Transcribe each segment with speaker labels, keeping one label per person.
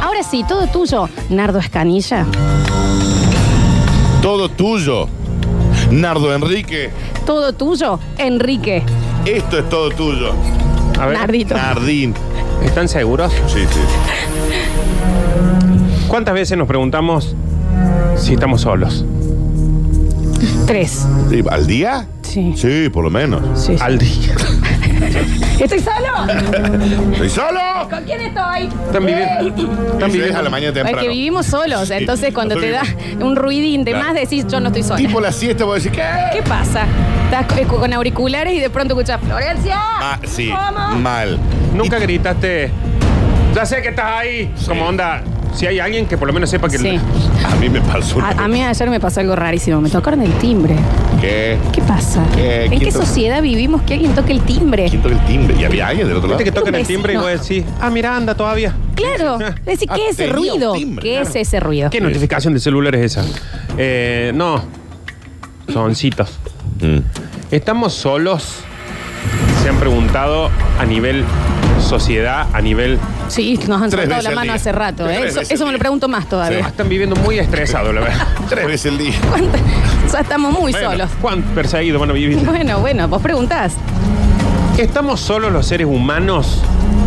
Speaker 1: Ahora sí, todo tuyo, Nardo Escanilla.
Speaker 2: Todo tuyo. Nardo Enrique,
Speaker 1: Todo tuyo, Enrique.
Speaker 2: esto es todo tuyo.
Speaker 3: A ver,
Speaker 1: Nardito.
Speaker 2: Nardín.
Speaker 3: ¿están seguros?
Speaker 2: Sí, sí.
Speaker 3: ¿Cuántas veces nos preguntamos si estamos solos?
Speaker 1: Tres.
Speaker 2: Sí, ¿Al día?
Speaker 1: Sí.
Speaker 2: Sí, por lo menos.
Speaker 1: Sí, sí.
Speaker 3: Al día.
Speaker 1: ¿Estoy solo?
Speaker 2: ¿Estoy solo?
Speaker 1: ¿Con quién estoy?
Speaker 3: Están viviendo.
Speaker 2: Sí,
Speaker 3: Están
Speaker 2: a la
Speaker 3: viviendo.
Speaker 2: mañana
Speaker 1: Es
Speaker 2: temprano.
Speaker 1: que vivimos solos,
Speaker 2: Sí,
Speaker 1: entonces cuando te da
Speaker 2: nosotros
Speaker 1: un ruidín de
Speaker 2: Claro.
Speaker 1: más decís, yo no estoy sola.
Speaker 2: Tipo la siesta, vos decís, ¿qué?
Speaker 1: ¿Qué pasa? Estás co- con auriculares y de pronto escuchas Florencia.
Speaker 2: Ah, sí,
Speaker 1: ¿Cómo?
Speaker 2: mal.
Speaker 3: Nunca gritaste. Ya sé que estás ahí. Como onda. Si hay alguien que por lo menos sepa que.
Speaker 1: Sí.
Speaker 2: A mí me pasó. una
Speaker 1: A, a mí ayer me pasó algo rarísimo. Me tocaron el timbre.
Speaker 2: vez. ¿Qué?
Speaker 1: ¿Qué pasa?
Speaker 2: Eh,
Speaker 1: ¿En
Speaker 2: ¿quién
Speaker 1: qué
Speaker 2: to-
Speaker 1: sociedad vivimos que alguien toque el timbre?
Speaker 2: ¿Quién toca el timbre? ¿Y había alguien del otro lado?
Speaker 3: Viste que tocan el
Speaker 1: vecino.
Speaker 3: timbre y vos decís. Ah, mira, anda todavía.
Speaker 1: Claro. Decir,
Speaker 2: Ah,
Speaker 1: ¿qué es ese
Speaker 2: tenía un
Speaker 1: ruido?
Speaker 2: timbre,
Speaker 1: ¿Qué
Speaker 2: claro.
Speaker 1: es ese ruido?
Speaker 3: ¿Qué notificación de celular es esa? Eh, no. Soncitos.
Speaker 2: Mm.
Speaker 3: ¿Estamos solos? Se han preguntado a nivel sociedad, a nivel...
Speaker 1: Sí, nos han
Speaker 2: Tres
Speaker 1: soltado
Speaker 2: veces
Speaker 1: la
Speaker 2: al
Speaker 1: mano
Speaker 2: día.
Speaker 1: hace rato. ¿eh?
Speaker 2: Tres
Speaker 1: Eso,
Speaker 2: veces
Speaker 1: eso
Speaker 2: al
Speaker 1: me lo
Speaker 2: día.
Speaker 1: pregunto más todavía.
Speaker 3: "Ah, Están viviendo muy estresados, la verdad.
Speaker 2: Tres veces el día.
Speaker 1: ¿Cuánta- Ya estamos muy
Speaker 3: Bueno,
Speaker 1: solos.
Speaker 3: ¿Cuán perseguidos van a vivir?
Speaker 1: Bueno, bueno, vos preguntás.
Speaker 3: ¿Estamos solos los seres humanos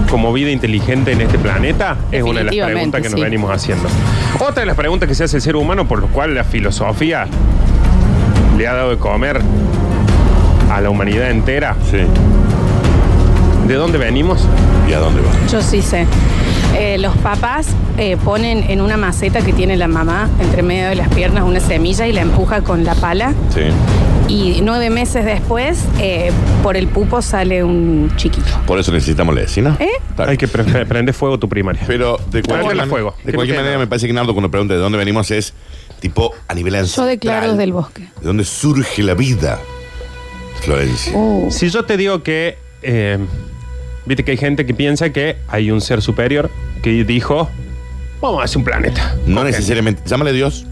Speaker 3: como vida inteligente en este planeta? Es una de las
Speaker 1: Definitivamente,
Speaker 3: preguntas que nos
Speaker 1: sí.
Speaker 3: venimos haciendo. Otra de las preguntas que se hace el ser humano, por lo cual la filosofía le ha dado de comer a la humanidad entera.
Speaker 2: Sí.
Speaker 3: ¿De dónde venimos?
Speaker 2: ¿Y a dónde va?
Speaker 1: Yo sí sé. Eh, los papás eh, ponen en una maceta que tiene la mamá entre medio de las piernas una semilla y la empuja con la pala.
Speaker 2: Sí.
Speaker 1: Y nueve meses después, eh, por el pupo sale un chiquito.
Speaker 2: Por eso necesitamos la vecina.
Speaker 1: ¿Eh?
Speaker 2: Tal.
Speaker 3: Hay que pre- prender fuego tu primaria.
Speaker 2: Pero de cualquier,
Speaker 3: Prendele
Speaker 2: man-
Speaker 3: fuego.
Speaker 2: De
Speaker 3: Que
Speaker 2: cualquier
Speaker 3: no
Speaker 2: manera,
Speaker 3: quede.
Speaker 2: me parece que Nardo, cuando pregunta de dónde venimos, es tipo a nivel ancestral.
Speaker 1: declaro del bosque.
Speaker 2: ¿De dónde surge la vida? Florencia.
Speaker 1: Oh. Uh,
Speaker 3: Si yo te digo que. eh, Viste que hay gente que piensa que hay un ser superior que dijo: Vamos a hacer un planeta.
Speaker 2: No necesariamente. Llámale Dios.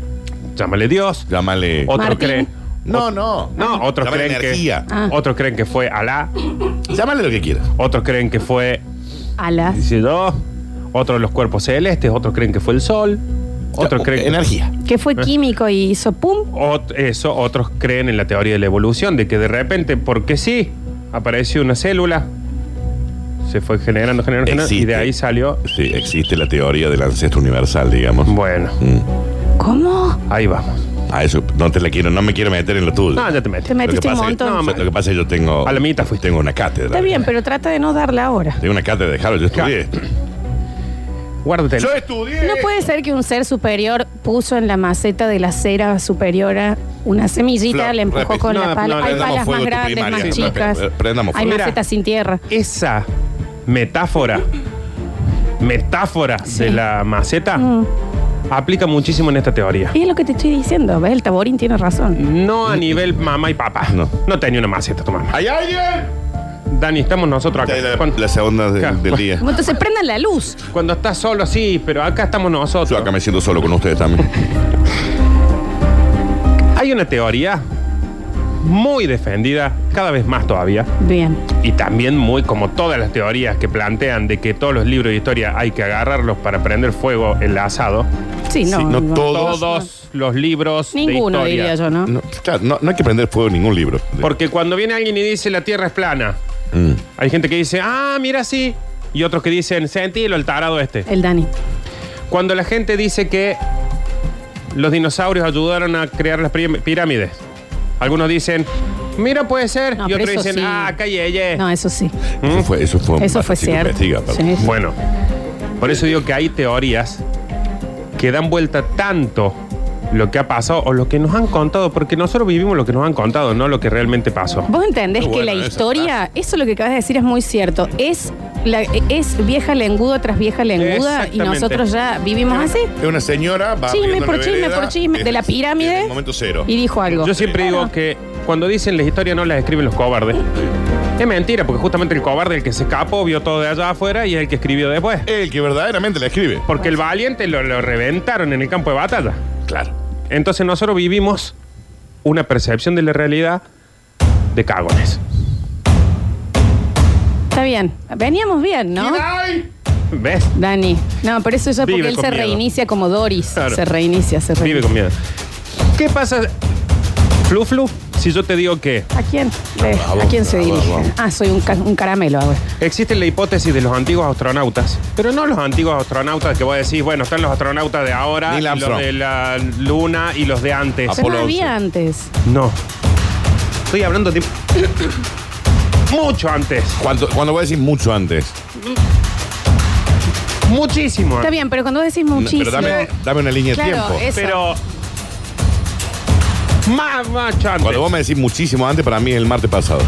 Speaker 3: Llámale Dios.
Speaker 2: Llámale.
Speaker 3: Otros
Speaker 1: Martín.
Speaker 3: creen.
Speaker 2: No, no.
Speaker 3: No, otros
Speaker 2: Llámale
Speaker 3: creen
Speaker 2: energía.
Speaker 3: que. Ah. Otros creen que fue Alá.
Speaker 2: Llámale lo que quieras.
Speaker 3: Otros creen que fue.
Speaker 1: Alas.
Speaker 3: dice, no, Otros los cuerpos celestes. Otros creen que fue el sol. Otros
Speaker 2: Ya,
Speaker 3: creen que.
Speaker 2: Energía.
Speaker 1: Que fue químico y hizo pum.
Speaker 3: Ot- eso, otros creen en la teoría de la evolución, de que de repente, porque sí, apareció una célula, se fue generando, generando, generando, y
Speaker 2: Existe.
Speaker 3: de ahí salió.
Speaker 2: Sí, existe la teoría del ancestro universal, digamos.
Speaker 3: Bueno,
Speaker 2: Mm.
Speaker 1: ¿Cómo?
Speaker 3: ahí vamos.
Speaker 2: A eso no te la quiero, no me quiero meter en lo tuyo.
Speaker 3: No, ya te metes.
Speaker 1: Te metiste
Speaker 2: lo que
Speaker 1: un
Speaker 2: pasa es que-
Speaker 1: montón.
Speaker 2: lo que pasa es que yo tengo.
Speaker 3: A la mitad fuiste.
Speaker 2: Tengo una cátedra.
Speaker 1: Está bien, pero trata de no darla ahora.
Speaker 2: Tengo una cátedra de Harold, yo estudié.
Speaker 3: Guárdate.
Speaker 2: Yo estudié.
Speaker 1: No puede ser que un ser superior puso en la maceta de la cera superiora una semillita,
Speaker 2: Flor,
Speaker 1: la empujó
Speaker 2: repito.
Speaker 1: con
Speaker 3: No,
Speaker 1: la pala.
Speaker 3: Flor,
Speaker 1: Hay
Speaker 2: prendamos
Speaker 1: palas
Speaker 2: fuego
Speaker 1: más
Speaker 2: tu
Speaker 1: grandes,
Speaker 2: primaria.
Speaker 1: más
Speaker 2: Sí.
Speaker 1: chicas.
Speaker 2: Pre- prendamos
Speaker 1: Hay
Speaker 2: fuego.
Speaker 3: Mira.
Speaker 1: macetas sin tierra.
Speaker 3: Esa metáfora, metáfora de la maceta,
Speaker 2: Mm.
Speaker 3: aplica muchísimo en esta teoría.
Speaker 1: Y es lo que te estoy diciendo, ¿ves? El taborín tiene razón.
Speaker 3: No a nivel mamá y papá.
Speaker 2: No.
Speaker 3: No tenía una maceta tu mamá.
Speaker 2: ¿Hay alguien?
Speaker 3: Dani, estamos nosotros acá.
Speaker 2: Está ahí La,
Speaker 3: Cuando,
Speaker 2: la segunda de-
Speaker 3: Acá.
Speaker 2: del día.
Speaker 1: Bueno, Entonces prendan la luz.
Speaker 3: cuando estás solo, sí, pero acá estamos nosotros.
Speaker 2: Yo acá me siento solo con ustedes también.
Speaker 3: Hay una teoría muy defendida, cada vez más todavía,
Speaker 1: Bien.
Speaker 3: y también muy como todas las teorías que plantean de que todos los libros de historia hay que agarrarlos para prender fuego el asado.
Speaker 1: Sí, no.
Speaker 2: Sí, no todos.
Speaker 3: Todos los libros
Speaker 1: Ninguno,
Speaker 3: de historia.
Speaker 1: diría yo, ¿no?
Speaker 2: No, claro, no, no hay que prender fuego en ningún libro.
Speaker 3: Porque cuando viene alguien y dice la Tierra es plana,
Speaker 2: Mm.
Speaker 3: hay gente que dice, ah, mira sí, y otros que dicen, sentilo el tarado este.
Speaker 1: El Dani.
Speaker 3: Cuando la gente dice que los dinosaurios ayudaron a crear las prim- pirámides, algunos dicen, mira puede ser,
Speaker 1: No,
Speaker 3: y
Speaker 1: pero
Speaker 3: otros
Speaker 1: eso
Speaker 3: dicen,
Speaker 1: sí.
Speaker 3: ah, calle, ye".
Speaker 1: No, eso sí.
Speaker 2: Eso fue, eso fue,
Speaker 1: Mm. Eso fue
Speaker 2: así que
Speaker 1: cierto.
Speaker 2: investiga, Pablo.
Speaker 1: Sí.
Speaker 3: Bueno, por eso digo que hay teorías que dan vuelta tanto lo que ha pasado o lo que nos han contado, porque nosotros vivimos lo que nos han contado, no lo que realmente pasó.
Speaker 1: Vos entendés
Speaker 2: Muy
Speaker 1: que
Speaker 2: bueno
Speaker 1: la
Speaker 2: eso, ah.
Speaker 1: historia, eso lo que acabas de decir es muy cierto. Es, la, es vieja lenguda tras vieja lenguda y
Speaker 3: Exactamente.
Speaker 1: nosotros ya vivimos así.
Speaker 2: Es una señora, va
Speaker 1: Chisme
Speaker 2: abriendo
Speaker 1: por
Speaker 2: la
Speaker 1: chisme
Speaker 2: vereda
Speaker 1: por chisme, de la
Speaker 2: desde-
Speaker 1: pirámide.
Speaker 2: desde el momento cero.
Speaker 1: Y dijo algo.
Speaker 3: Yo siempre digo que cuando dicen las historias no las escriben los cobardes. Es mentira, porque justamente el cobarde, el que se escapó, vio todo de allá afuera y es el que escribió después.
Speaker 2: El que verdaderamente la escribe.
Speaker 3: Porque el valiente lo, lo reventaron en el campo de batalla.
Speaker 2: Claro.
Speaker 3: Entonces nosotros vivimos una percepción de la realidad de cagones.
Speaker 1: Está bien. Veníamos bien, ¿no?
Speaker 2: ¿Quién hay?
Speaker 3: ¿Ves?
Speaker 1: Dani. No, pero eso ya porque
Speaker 3: Vive
Speaker 1: él
Speaker 3: con
Speaker 1: se
Speaker 3: miedo.
Speaker 1: reinicia como Doris.
Speaker 3: Claro.
Speaker 1: Se reinicia, se
Speaker 3: Vive
Speaker 1: reinicia.
Speaker 3: con miedo. ¿Qué pasa, Flu Flu, si yo te digo que
Speaker 1: ¿A quién? Eh,
Speaker 3: Ah,
Speaker 2: a vos,
Speaker 1: ¿A quién se
Speaker 2: a vos,
Speaker 1: dirige?
Speaker 2: a vos.
Speaker 1: Ah, soy un, ca- un caramelo ahora.
Speaker 3: existe la hipótesis de los antiguos astronautas, pero no los antiguos astronautas que vos decís, bueno, están los astronautas de ahora, y
Speaker 2: Neil
Speaker 3: los
Speaker 2: Armstrong.
Speaker 3: de la luna y los de
Speaker 1: Pero
Speaker 3: antes?
Speaker 1: no
Speaker 2: Apolo
Speaker 1: había antes.
Speaker 3: No. Ah. Estoy hablando de... Mucho antes.
Speaker 2: Cuando, cuando voy a decir mucho antes.
Speaker 3: Muchísimo
Speaker 1: Está
Speaker 3: antes.
Speaker 1: bien, pero cuando decís muchísimo.
Speaker 2: Pero dame, dame una línea
Speaker 1: Claro,
Speaker 2: de tiempo.
Speaker 1: es-
Speaker 3: Pero... Más, más antes.
Speaker 2: Cuando vos me decís muchísimo antes, para mí es el martes pasado.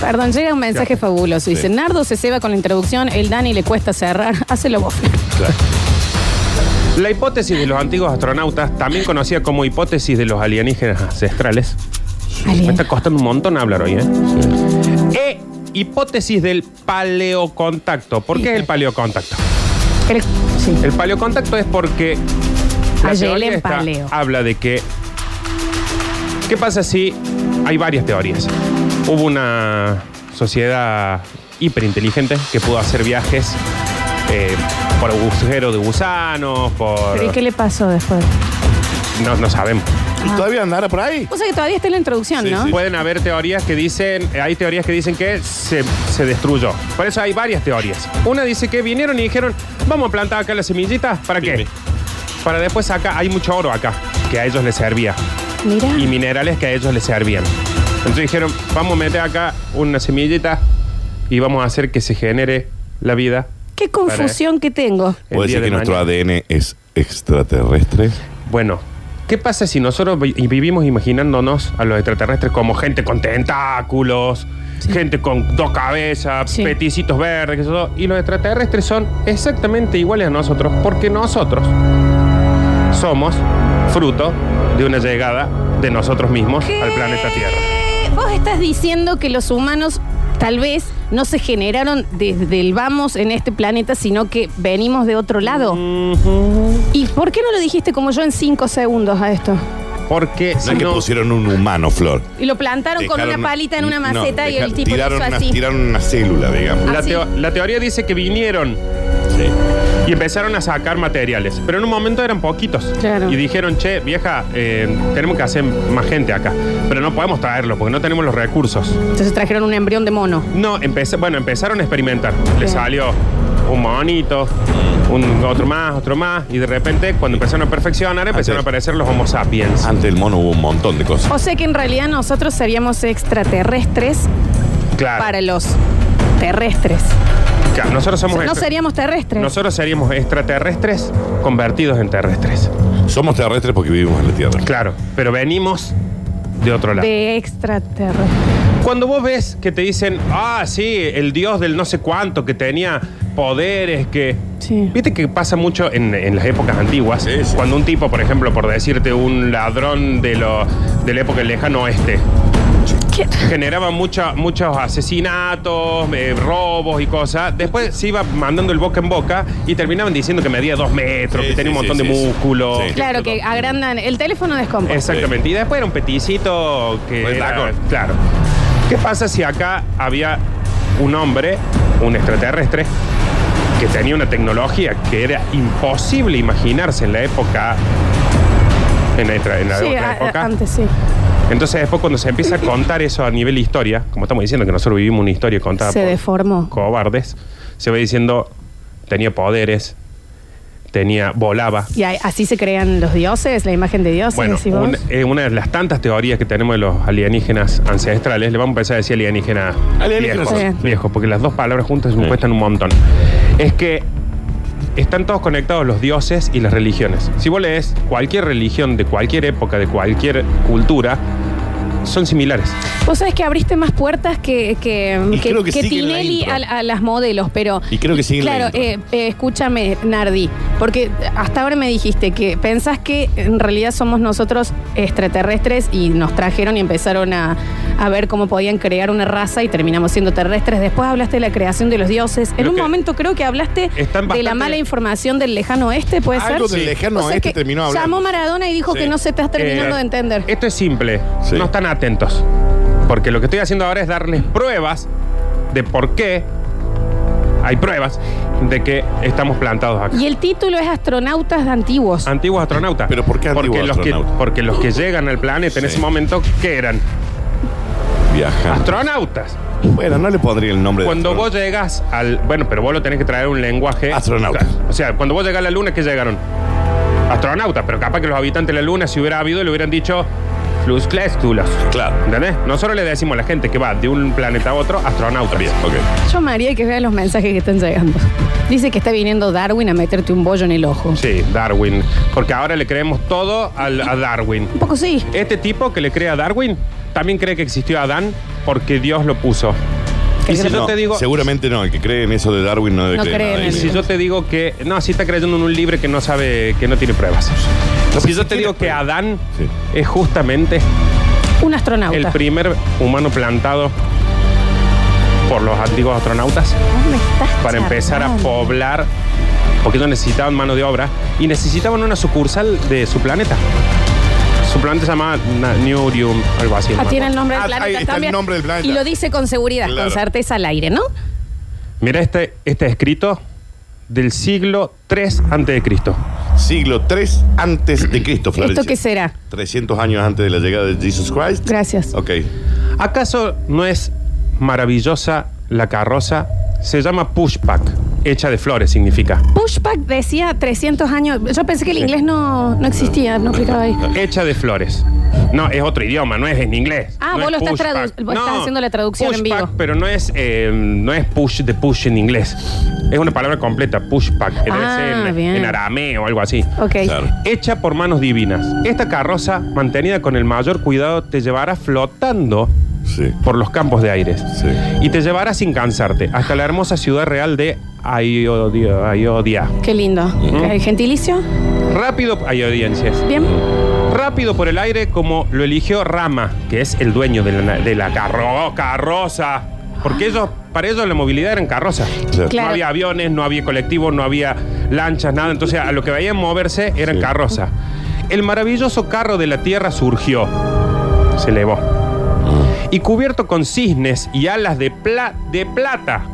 Speaker 1: Perdón, llega un mensaje fabuloso. Dice,
Speaker 2: Sí.
Speaker 1: Nardo se ceba con la introducción, el Dani le cuesta cerrar. Hácelo vos.
Speaker 2: Claro.
Speaker 3: La hipótesis de los antiguos astronautas, también conocida como hipótesis de los alienígenas ancestrales, me
Speaker 1: Alien.
Speaker 3: está costando un montón hablar hoy, ¿eh? E hipótesis del paleocontacto. ¿Por qué es el paleocontacto?
Speaker 1: El- sí.
Speaker 3: El paleocontacto es porque la
Speaker 1: Ayer
Speaker 3: teoría
Speaker 1: en
Speaker 3: esta
Speaker 1: paleo.
Speaker 3: habla de que ¿qué pasa si hay varias teorías? Hubo una sociedad hiperinteligente que pudo hacer viajes eh, por agujero de gusanos, por
Speaker 1: ¿Pero ¿y qué le pasó después?
Speaker 3: no, no sabemos.
Speaker 1: Ah.
Speaker 2: ¿Y todavía andará por ahí?
Speaker 1: O sea que todavía está en la introducción,
Speaker 2: Sí,
Speaker 1: ¿no?
Speaker 2: sí.
Speaker 3: Pueden haber teorías que dicen, eh, hay teorías que dicen que se, se destruyó. Por eso hay varias teorías. Una dice que vinieron y dijeron, vamos a plantar acá las semillitas, ¿para qué?
Speaker 2: Bien,
Speaker 3: Para después acá, hay mucho oro acá, que a ellos les servía,
Speaker 1: Mira.
Speaker 3: y minerales que a ellos les servían. Entonces dijeron, vamos a meter acá una semillita y vamos a hacer que se genere la vida.
Speaker 1: Qué confusión que tengo.
Speaker 3: el
Speaker 2: ¿Puedo decir
Speaker 3: día de
Speaker 2: que nuestro
Speaker 3: mañana.
Speaker 2: ADN es extraterrestre?
Speaker 3: Bueno, ¿qué pasa si nosotros vi- vivimos imaginándonos a los extraterrestres como gente con tentáculos, gente con dos cabezas,
Speaker 1: Sí.
Speaker 3: peticitos verdes, qué sé yo, y los extraterrestres son exactamente iguales a nosotros, porque nosotros somos fruto de una llegada de nosotros mismos al planeta Tierra.
Speaker 1: Eh, Vos estás diciendo que los humanos tal vez no se generaron desde el vamos en este planeta, sino que venimos de otro lado. ¿Y por qué no lo dijiste como yo en cinco segundos a esto?
Speaker 3: Porque
Speaker 2: No
Speaker 3: si
Speaker 2: es que
Speaker 3: no,
Speaker 2: pusieron un humano, Flor.
Speaker 1: Y lo plantaron con
Speaker 2: Dejaron-
Speaker 1: una palita en una
Speaker 2: no,
Speaker 1: maceta y
Speaker 2: deja-
Speaker 1: el tipo lo
Speaker 2: tiraron
Speaker 1: hizo
Speaker 2: una,
Speaker 1: así.
Speaker 2: Tiraron una célula, digamos.
Speaker 3: la,
Speaker 1: así.
Speaker 3: teo- la teoría dice que vinieron
Speaker 1: Ah.
Speaker 2: Sí.
Speaker 3: y empezaron a sacar materiales, pero en un momento eran poquitos.
Speaker 1: Claro.
Speaker 3: Y dijeron, che, vieja, eh, tenemos que hacer más gente acá, pero no podemos traerlo porque no tenemos los recursos.
Speaker 1: Entonces trajeron un embrión de mono.
Speaker 3: No, empecé, bueno, empezaron a experimentar. Le
Speaker 1: Bien.
Speaker 3: salió un monito, un, otro más, otro más, y de repente cuando empezaron a perfeccionar empezaron a
Speaker 2: Antes. Ah.
Speaker 3: aparecer los Homo sapiens.
Speaker 2: Antes del mono hubo un montón de cosas.
Speaker 1: O sea que en realidad nosotros seríamos extraterrestres
Speaker 3: Claro.
Speaker 1: para los terrestres.
Speaker 3: Claro, Nosotros
Speaker 1: O
Speaker 3: somos
Speaker 1: sea, no
Speaker 3: extra-
Speaker 1: seríamos terrestres.
Speaker 3: nosotros seríamos extraterrestres convertidos en terrestres.
Speaker 2: Somos terrestres porque vivimos en la Tierra.
Speaker 3: Claro, pero venimos de otro lado.
Speaker 1: de extraterrestres.
Speaker 3: Cuando vos ves que te dicen, ah, sí, el dios del no sé cuánto, que tenía poderes, que...
Speaker 1: Sí.
Speaker 3: Viste que pasa mucho en, en las épocas antiguas,
Speaker 2: Sí, sí.
Speaker 3: cuando un tipo, por ejemplo, por decirte un ladrón de, lo, de la época del lejano oeste,
Speaker 1: ¿Qué?
Speaker 3: generaba mucha- muchos asesinatos, eh, robos y cosas, después se iba mandando el boca en boca y terminaban diciendo que medía dos metros,
Speaker 2: Sí,
Speaker 3: que tenía
Speaker 2: sí,
Speaker 3: un montón
Speaker 2: sí,
Speaker 3: de
Speaker 2: sí, sí.
Speaker 3: músculo.
Speaker 2: Sí.
Speaker 1: Claro que agrandan. El teléfono descompone.
Speaker 3: Exactamente. Y después era un peticito que.
Speaker 2: Pues
Speaker 3: era-
Speaker 2: flaco.
Speaker 3: claro. ¿Qué pasa si acá había un hombre, un extraterrestre, que tenía una tecnología que era imposible imaginarse en la época. En la, otra- en la
Speaker 1: Sí,
Speaker 3: otra
Speaker 1: a-
Speaker 3: época.
Speaker 1: antes sí.
Speaker 3: Entonces, después, cuando se empieza a contar eso a nivel historia, como estamos diciendo que nosotros vivimos una historia contada
Speaker 1: Se
Speaker 3: por
Speaker 1: deformó.
Speaker 3: cobardes, se va diciendo: tenía poderes, tenía volaba.
Speaker 1: Y ahí- así se crean los dioses, la imagen de dioses.
Speaker 3: Bueno,
Speaker 1: decís vos.
Speaker 3: un- eh, una de las tantas teorías que tenemos de los alienígenas ancestrales, le vamos a empezar a decir alienígenas
Speaker 2: Alienígenas.
Speaker 3: viejos,
Speaker 1: Sí.
Speaker 3: viejos, porque las dos palabras juntas me
Speaker 2: Sí.
Speaker 3: cuestan un montón. Es que están todos conectados los dioses y las religiones. Si vos lees cualquier religión de cualquier época, de cualquier cultura, son similares.
Speaker 1: Vos sabés que abriste más puertas que, que,
Speaker 2: Y
Speaker 1: que-
Speaker 2: creo que
Speaker 1: que
Speaker 2: siguen la
Speaker 1: Tinelli
Speaker 2: intro.
Speaker 1: a, a las modelos, pero.
Speaker 2: Y creo que siguen la
Speaker 1: Claro,
Speaker 2: intro.
Speaker 1: eh, eh, escúchame, Nardi, porque hasta ahora me dijiste que pensás que en realidad somos nosotros extraterrestres y nos trajeron y empezaron a, a ver cómo podían crear una raza y terminamos siendo terrestres. Después hablaste de la creación de los dioses. En
Speaker 3: Creo
Speaker 1: un
Speaker 3: que
Speaker 1: momento creo que hablaste
Speaker 3: están
Speaker 1: de la
Speaker 3: bastante-
Speaker 1: mala información del lejano oeste, ¿puede
Speaker 2: Algo
Speaker 1: ser?
Speaker 2: del
Speaker 3: Sí.
Speaker 2: lejano
Speaker 1: O sea
Speaker 2: oeste
Speaker 1: que
Speaker 2: este terminó hablando.
Speaker 1: Llamó Maradona y dijo
Speaker 2: Sí.
Speaker 1: que no se está terminando
Speaker 3: Eh,
Speaker 1: de entender.
Speaker 3: Esto es simple,
Speaker 2: Sí.
Speaker 3: no están atentos. Porque lo que estoy haciendo ahora es darles pruebas de por qué hay pruebas de que estamos plantados acá.
Speaker 1: Y el título es Astronautas de Antiguos.
Speaker 3: Antiguos astronautas.
Speaker 2: ¿Pero por qué antiguos
Speaker 3: porque los
Speaker 2: astronautas?
Speaker 3: Que, porque los que llegan al planeta en
Speaker 2: Sí.
Speaker 3: ese momento, ¿qué eran?
Speaker 2: Viaja.
Speaker 3: Astronautas.
Speaker 2: Bueno, no le pondría el nombre
Speaker 3: Cuando
Speaker 2: de.
Speaker 3: vos llegas al. Bueno, pero vos lo tenés que traer un lenguaje.
Speaker 2: Astronautas.
Speaker 3: O sea, cuando vos llegas a la luna, ¿qué llegaron? Astronautas, pero capaz que los habitantes de la luna, si hubiera habido, le hubieran dicho. Fluscléstulos.
Speaker 2: Claro.
Speaker 3: ¿Entendés? Nosotros le decimos a la gente que va de un planeta a otro, astronautas.
Speaker 2: Bien, ok.
Speaker 1: Yo me haría que vea los mensajes que están llegando. Dice que está viniendo Darwin a meterte un bollo en el ojo.
Speaker 3: Sí, Darwin. Porque ahora le creemos todo al- a Darwin.
Speaker 1: Un poco sí.
Speaker 3: Este tipo que le cree a Darwin también cree que existió Adán porque Dios lo puso. Y si
Speaker 1: creo-
Speaker 3: yo
Speaker 2: No,
Speaker 3: te digo.
Speaker 2: Seguramente no, el que cree en eso de Darwin no debe
Speaker 1: No
Speaker 2: creer
Speaker 1: cree
Speaker 2: nada
Speaker 1: en
Speaker 2: de
Speaker 3: Y
Speaker 1: eso.
Speaker 2: eso.
Speaker 3: si yo te digo que. No, si está creyendo en un libre que no sabe, que no tiene pruebas. Si
Speaker 2: pues,
Speaker 3: yo te digo que Adán
Speaker 2: Sí.
Speaker 3: es justamente
Speaker 1: Un
Speaker 3: el
Speaker 1: astronauta.
Speaker 3: primer humano plantado por los antiguos astronautas
Speaker 1: ¿Vos me estás
Speaker 3: para empezar a
Speaker 1: charlando?
Speaker 3: poblar, porque ellos necesitaban mano de obra y necesitaban una sucursal de su planeta. Su planeta se llamaba Na- Neurium, algo así. no
Speaker 1: Ah,
Speaker 3: me
Speaker 1: tiene el nombre del
Speaker 2: Ah,
Speaker 1: planeta
Speaker 2: ahí está el
Speaker 1: también.
Speaker 2: nombre del planeta.
Speaker 1: Y lo dice con seguridad,
Speaker 2: Claro.
Speaker 1: con certeza al aire, ¿no?
Speaker 3: Mira este, este escrito del siglo 3 antes de Cristo.
Speaker 2: Siglo 3 antes de Cristo, Florencia.
Speaker 1: ¿Esto qué será?
Speaker 2: 300 años antes de la llegada de Jesus Christ.
Speaker 1: Gracias.
Speaker 2: Ok.
Speaker 3: ¿Acaso no es maravillosa la carroza? Se llama pushback, hecha de flores significa.
Speaker 1: Pushback decía 300 años. Yo pensé que el
Speaker 3: Sí.
Speaker 1: inglés no, no existía, no aplicaba ahí.
Speaker 3: Hecha de flores. No, es otro idioma, no es en inglés.
Speaker 1: Ah,
Speaker 3: No
Speaker 1: vos
Speaker 3: es
Speaker 1: lo estás
Speaker 3: pushback.
Speaker 1: tradu- vos estás haciendo la traducción en
Speaker 3: pushback,
Speaker 1: vivo.
Speaker 3: Pero no es, eh, no es push de push en inglés. Es una palabra completa, pushback. Es
Speaker 1: Ah,
Speaker 3: en,
Speaker 1: bien.
Speaker 3: en arameo o algo así.
Speaker 1: Ok.
Speaker 2: Claro.
Speaker 3: hecha por manos divinas. Esta carroza, mantenida con el mayor cuidado, te llevará flotando
Speaker 2: Sí.
Speaker 3: por los campos de aires.
Speaker 2: Sí.
Speaker 3: Y te llevará sin cansarte hasta la hermosa ciudad real de Aiodia. Aiodia.
Speaker 1: Qué lindo. Ok, Gentilicio.
Speaker 3: Rápido, hay audiencias.
Speaker 1: Bien.
Speaker 3: Rápido por el aire como lo eligió Rama, que es el dueño de la, de la carro- carroza. Porque ellos, para ellos la movilidad era en carroza.
Speaker 2: Claro.
Speaker 1: Claro.
Speaker 3: No había aviones, no había colectivos, no había lanchas, nada. Entonces a lo que veían moverse era en
Speaker 2: Sí.
Speaker 3: carroza. El maravilloso carro de la tierra surgió, se elevó. Y cubierto con cisnes y alas de, pla- de plata.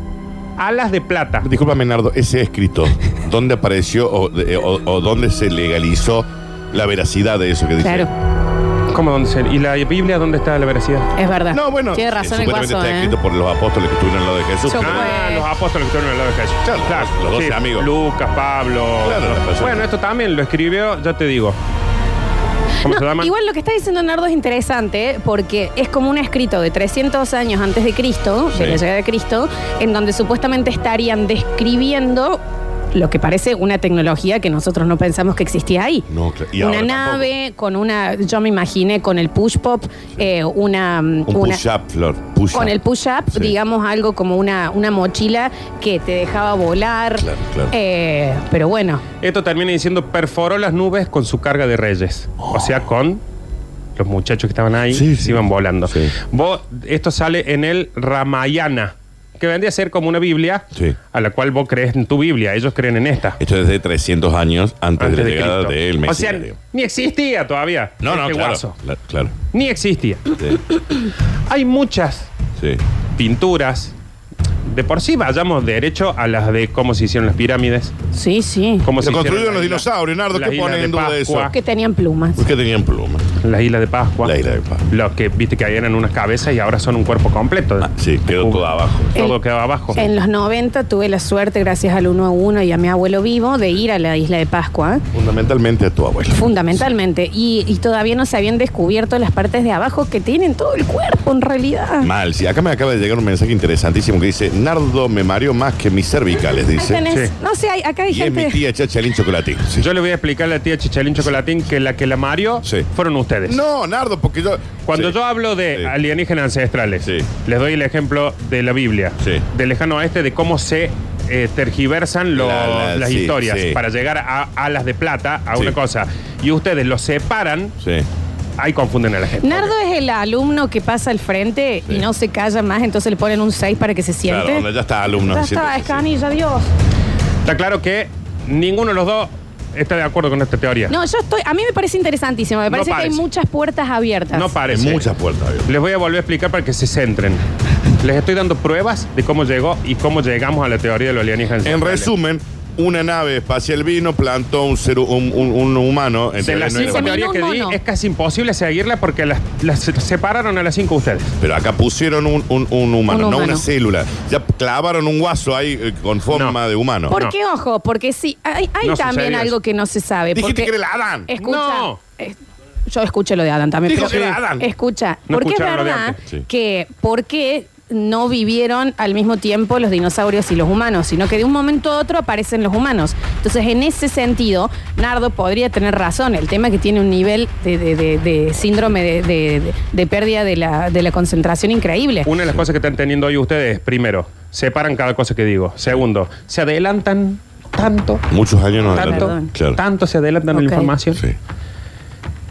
Speaker 3: Alas de plata.
Speaker 2: Discúlpame, Nardo, ese escrito, ¿dónde apareció o, de- o- o dónde se legalizó la veracidad de eso que dice?
Speaker 1: Claro,
Speaker 3: ¿Cómo dónde se- ¿Y la Biblia dónde está la veracidad?
Speaker 1: es verdad.
Speaker 2: No, bueno,
Speaker 1: Tiene razón
Speaker 2: eh,
Speaker 1: el
Speaker 2: supuestamente
Speaker 1: guaso,
Speaker 2: está
Speaker 1: ¿eh?
Speaker 2: escrito por los apóstoles que estuvieron al lado de Jesús.
Speaker 1: Yo-
Speaker 2: Claro.
Speaker 3: Ah,
Speaker 1: Pues-
Speaker 3: los apóstoles que estuvieron al lado de Jesús.
Speaker 2: Claro, los doce amigos.
Speaker 3: Lucas, Pablo.
Speaker 2: Claro, las personas.
Speaker 3: bueno, esto también lo escribió, ya te digo. ¿Cómo se
Speaker 1: No,
Speaker 3: llama?
Speaker 1: igual lo que está diciendo Nardo es interesante ¿eh? porque es como un escrito de 300 años antes de Cristo, de
Speaker 2: Sí.
Speaker 1: la llegada de Cristo, en donde supuestamente estarían describiendo lo que parece una tecnología que nosotros no pensamos que existía ahí.
Speaker 2: No, claro. Y
Speaker 1: una
Speaker 2: ahora tampoco.
Speaker 1: nave con una, yo me imaginé con el push pop, eh, una,
Speaker 2: Un
Speaker 1: una-
Speaker 2: push-up, Flor. push-up.
Speaker 1: con el push up,
Speaker 2: Sí.
Speaker 1: digamos algo como una, una mochila que te dejaba volar.
Speaker 2: Claro, claro.
Speaker 1: Eh, pero bueno,
Speaker 3: Esto termina diciendo perforó las nubes con su carga de reyes. O sea, con los muchachos que estaban ahí,
Speaker 2: Sí,
Speaker 3: se
Speaker 2: sí.
Speaker 3: iban volando.
Speaker 2: Sí.
Speaker 3: Vos, esto sale en el Ramayana, que vendría a ser como una Biblia,
Speaker 2: Sí.
Speaker 3: a la cual vos crees en tu Biblia, ellos creen en esta.
Speaker 2: Esto es de 300 años antes,
Speaker 3: Antes
Speaker 2: de la
Speaker 3: de
Speaker 2: llegada
Speaker 3: Cristo.
Speaker 2: del
Speaker 3: o
Speaker 2: Mesías.
Speaker 3: sea,
Speaker 2: digo.
Speaker 3: ni existía todavía.
Speaker 2: no, no,
Speaker 3: este
Speaker 2: claro,
Speaker 3: guaso.
Speaker 2: la- claro.
Speaker 3: Ni existía.
Speaker 2: Sí,
Speaker 3: Hay muchas
Speaker 2: sí.
Speaker 3: pinturas. De por sí vayamos derecho a las de cómo se hicieron las pirámides.
Speaker 1: sí, sí.
Speaker 3: Cómo
Speaker 2: Lo
Speaker 3: se hicieron
Speaker 2: construyeron los
Speaker 3: las islas-
Speaker 2: dinosaurios, Nardo,
Speaker 3: las
Speaker 2: ¿qué
Speaker 3: islas
Speaker 2: pone en duda eso?
Speaker 3: Pascua,
Speaker 1: Que tenían plumas.
Speaker 2: ¿Por qué tenían plumas?
Speaker 3: Las islas de Pascua.
Speaker 2: La isla de Pascua.
Speaker 3: Los que viste que ahí eran unas cabezas y ahora son un cuerpo completo.
Speaker 2: Ah, sí, quedó
Speaker 3: Ujú.
Speaker 2: todo abajo.
Speaker 3: Todo
Speaker 1: El-
Speaker 3: quedaba abajo.
Speaker 1: En los 90 tuve la suerte, gracias al 1 a 1 y a mi abuelo vivo, de ir a la isla de Pascua,
Speaker 2: Fundamentalmente a tu abuelo.
Speaker 1: fundamentalmente. Y, y todavía no se habían descubierto las partes de abajo que tienen todo el cuerpo, en realidad.
Speaker 2: Mal, sí. Acá me acaba de llegar un mensaje interesantísimo que dice, Nardo me mareó más que mis cervicales,
Speaker 1: Ahí
Speaker 2: dice.
Speaker 1: Ah, tenés.
Speaker 3: Sí.
Speaker 1: No sé, hay- acá hay
Speaker 2: Y es mi
Speaker 1: gente.
Speaker 2: tía Chachalín Chocolatín. Sí.
Speaker 3: Yo le voy a explicar a la tía Chichalín Chocolatín que la que la mario
Speaker 2: Sí.
Speaker 3: fueron ustedes.
Speaker 2: No, Nardo, porque yo...
Speaker 3: Cuando
Speaker 2: Sí.
Speaker 3: yo hablo de
Speaker 2: Sí.
Speaker 3: alienígenas ancestrales,
Speaker 2: Sí.
Speaker 3: les doy el ejemplo de la Biblia,
Speaker 2: Sí.
Speaker 3: del lejano oeste, de cómo se eh, tergiversan lo-
Speaker 2: La- la-
Speaker 3: las
Speaker 2: sí,
Speaker 3: historias
Speaker 2: sí.
Speaker 3: para llegar a alas de plata, a
Speaker 2: Sí.
Speaker 3: una cosa. Y ustedes los separan,
Speaker 2: Sí.
Speaker 3: ahí confunden a la gente.
Speaker 1: Nardo es el alumno que pasa al frente
Speaker 2: Sí.
Speaker 1: y no se calla más, entonces le ponen un 6 para que se siente.
Speaker 2: Claro, onda, ya está alumno.
Speaker 1: ya
Speaker 2: siempre-
Speaker 1: está,
Speaker 2: sí.
Speaker 1: Scani, ya Dios.
Speaker 3: Está claro que ninguno de los dos está de acuerdo con esta teoría.
Speaker 1: No, yo estoy. A mí me parece interesantísimo. Me
Speaker 3: No
Speaker 1: parece que hay
Speaker 3: parece.
Speaker 1: muchas puertas abiertas.
Speaker 3: No
Speaker 2: Hay
Speaker 3: parece.
Speaker 2: muchas puertas abiertas.
Speaker 3: Les voy a volver a explicar para que se centren. Les estoy dando pruebas de cómo llegó y cómo llegamos a la teoría de los alienígenas.
Speaker 2: En resumen, una nave espacial vino, plantó un ser un, un- un humano.
Speaker 3: de
Speaker 2: ¿entendés?
Speaker 3: las
Speaker 2: No era
Speaker 3: cinco
Speaker 1: Inseminó
Speaker 3: teorías
Speaker 1: un
Speaker 3: que di,
Speaker 1: mono.
Speaker 3: es casi imposible seguirla porque las, las separaron a las cinco ustedes.
Speaker 2: Pero acá pusieron un, un- un humano,
Speaker 1: Un
Speaker 2: no una
Speaker 1: humano.
Speaker 2: célula. Ya clavaron un guaso ahí eh, con forma
Speaker 3: No.
Speaker 2: de humano.
Speaker 1: ¿Por
Speaker 3: No.
Speaker 1: qué, ojo? Porque sí, hay, hay
Speaker 3: No
Speaker 1: también
Speaker 3: sucedió eso.
Speaker 1: algo que no se sabe. porque-
Speaker 2: Dijiste que era el Adán.
Speaker 1: Escucha.
Speaker 3: No.
Speaker 1: es- yo escuché lo de Adán también.
Speaker 2: Dijo
Speaker 1: pero-
Speaker 2: que era Adán.
Speaker 1: Escucha,
Speaker 3: No
Speaker 1: porque es
Speaker 3: escucharon lo de
Speaker 1: verdad
Speaker 3: antes.
Speaker 2: Sí.
Speaker 1: que por qué no vivieron al mismo tiempo los dinosaurios y los humanos, sino que de un momento a otro aparecen los humanos. Entonces, en ese sentido, Nardo podría tener razón. El tema es que tiene un nivel de, de- de- de síndrome de, de- de pérdida de la, de la concentración increíble.
Speaker 3: Una de las cosas que están teniendo hoy ustedes, primero, separan cada cosa que digo. Segundo, se adelantan tanto,
Speaker 2: Muchos años no
Speaker 3: tanto,
Speaker 2: adelantaron. Claro.
Speaker 3: tanto se adelantan
Speaker 1: Ok.
Speaker 3: la información.
Speaker 2: Sí.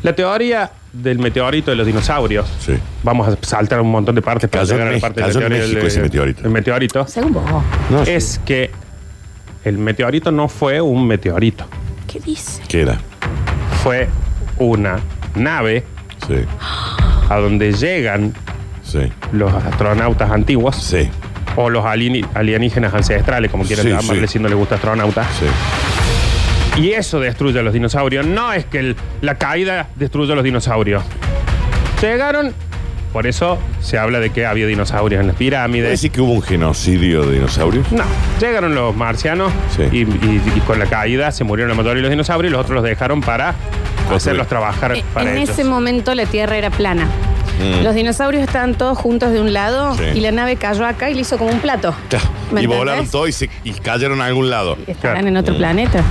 Speaker 3: La teoría del meteorito de los dinosaurios.
Speaker 2: Sí.
Speaker 3: Vamos a saltar un montón de partes para
Speaker 2: Cayó en
Speaker 3: llegar a la
Speaker 2: Mex-
Speaker 3: parte de la
Speaker 2: cayó en
Speaker 3: teoría
Speaker 2: México
Speaker 3: del-
Speaker 2: ese meteorito.
Speaker 3: El meteorito.
Speaker 1: Según vos.
Speaker 2: No, sí.
Speaker 3: es que el meteorito no fue un meteorito,
Speaker 1: ¿Qué dice?
Speaker 2: ¿Qué era?
Speaker 3: fue una nave
Speaker 2: Sí.
Speaker 3: a donde llegan
Speaker 2: Sí.
Speaker 3: los astronautas antiguos
Speaker 2: Sí.
Speaker 3: o los alieni- alienígenas ancestrales, como quieran
Speaker 2: Sí,
Speaker 3: llamarle,
Speaker 2: sí.
Speaker 3: si no les gusta astronauta.
Speaker 2: Sí.
Speaker 3: Y eso destruye a los dinosaurios. No es que el- la caída destruya a los dinosaurios. Llegaron, por eso se habla de que había dinosaurios en las
Speaker 2: ¿Puede
Speaker 3: pirámides.
Speaker 2: decir que hubo un genocidio de dinosaurios?
Speaker 3: No, llegaron los marcianos
Speaker 2: Sí.
Speaker 3: y, y- y con la caída se murieron la mayoría de los dinosaurios y los otros los dejaron para
Speaker 2: Construir.
Speaker 3: hacerlos trabajar
Speaker 1: Eh,
Speaker 3: para
Speaker 1: en
Speaker 3: ellos.
Speaker 1: ese momento la Tierra era plana.
Speaker 2: Mm.
Speaker 1: Los dinosaurios estaban todos juntos de un lado
Speaker 2: Sí.
Speaker 1: y la nave cayó acá y le hizo como un plato.
Speaker 2: Ya.
Speaker 1: ¿Me
Speaker 2: Y
Speaker 1: entendés?
Speaker 2: volaron Mm. todo y, se, y cayeron a algún lado.
Speaker 1: Y Estarán
Speaker 3: Claro. este
Speaker 1: en otro planeta.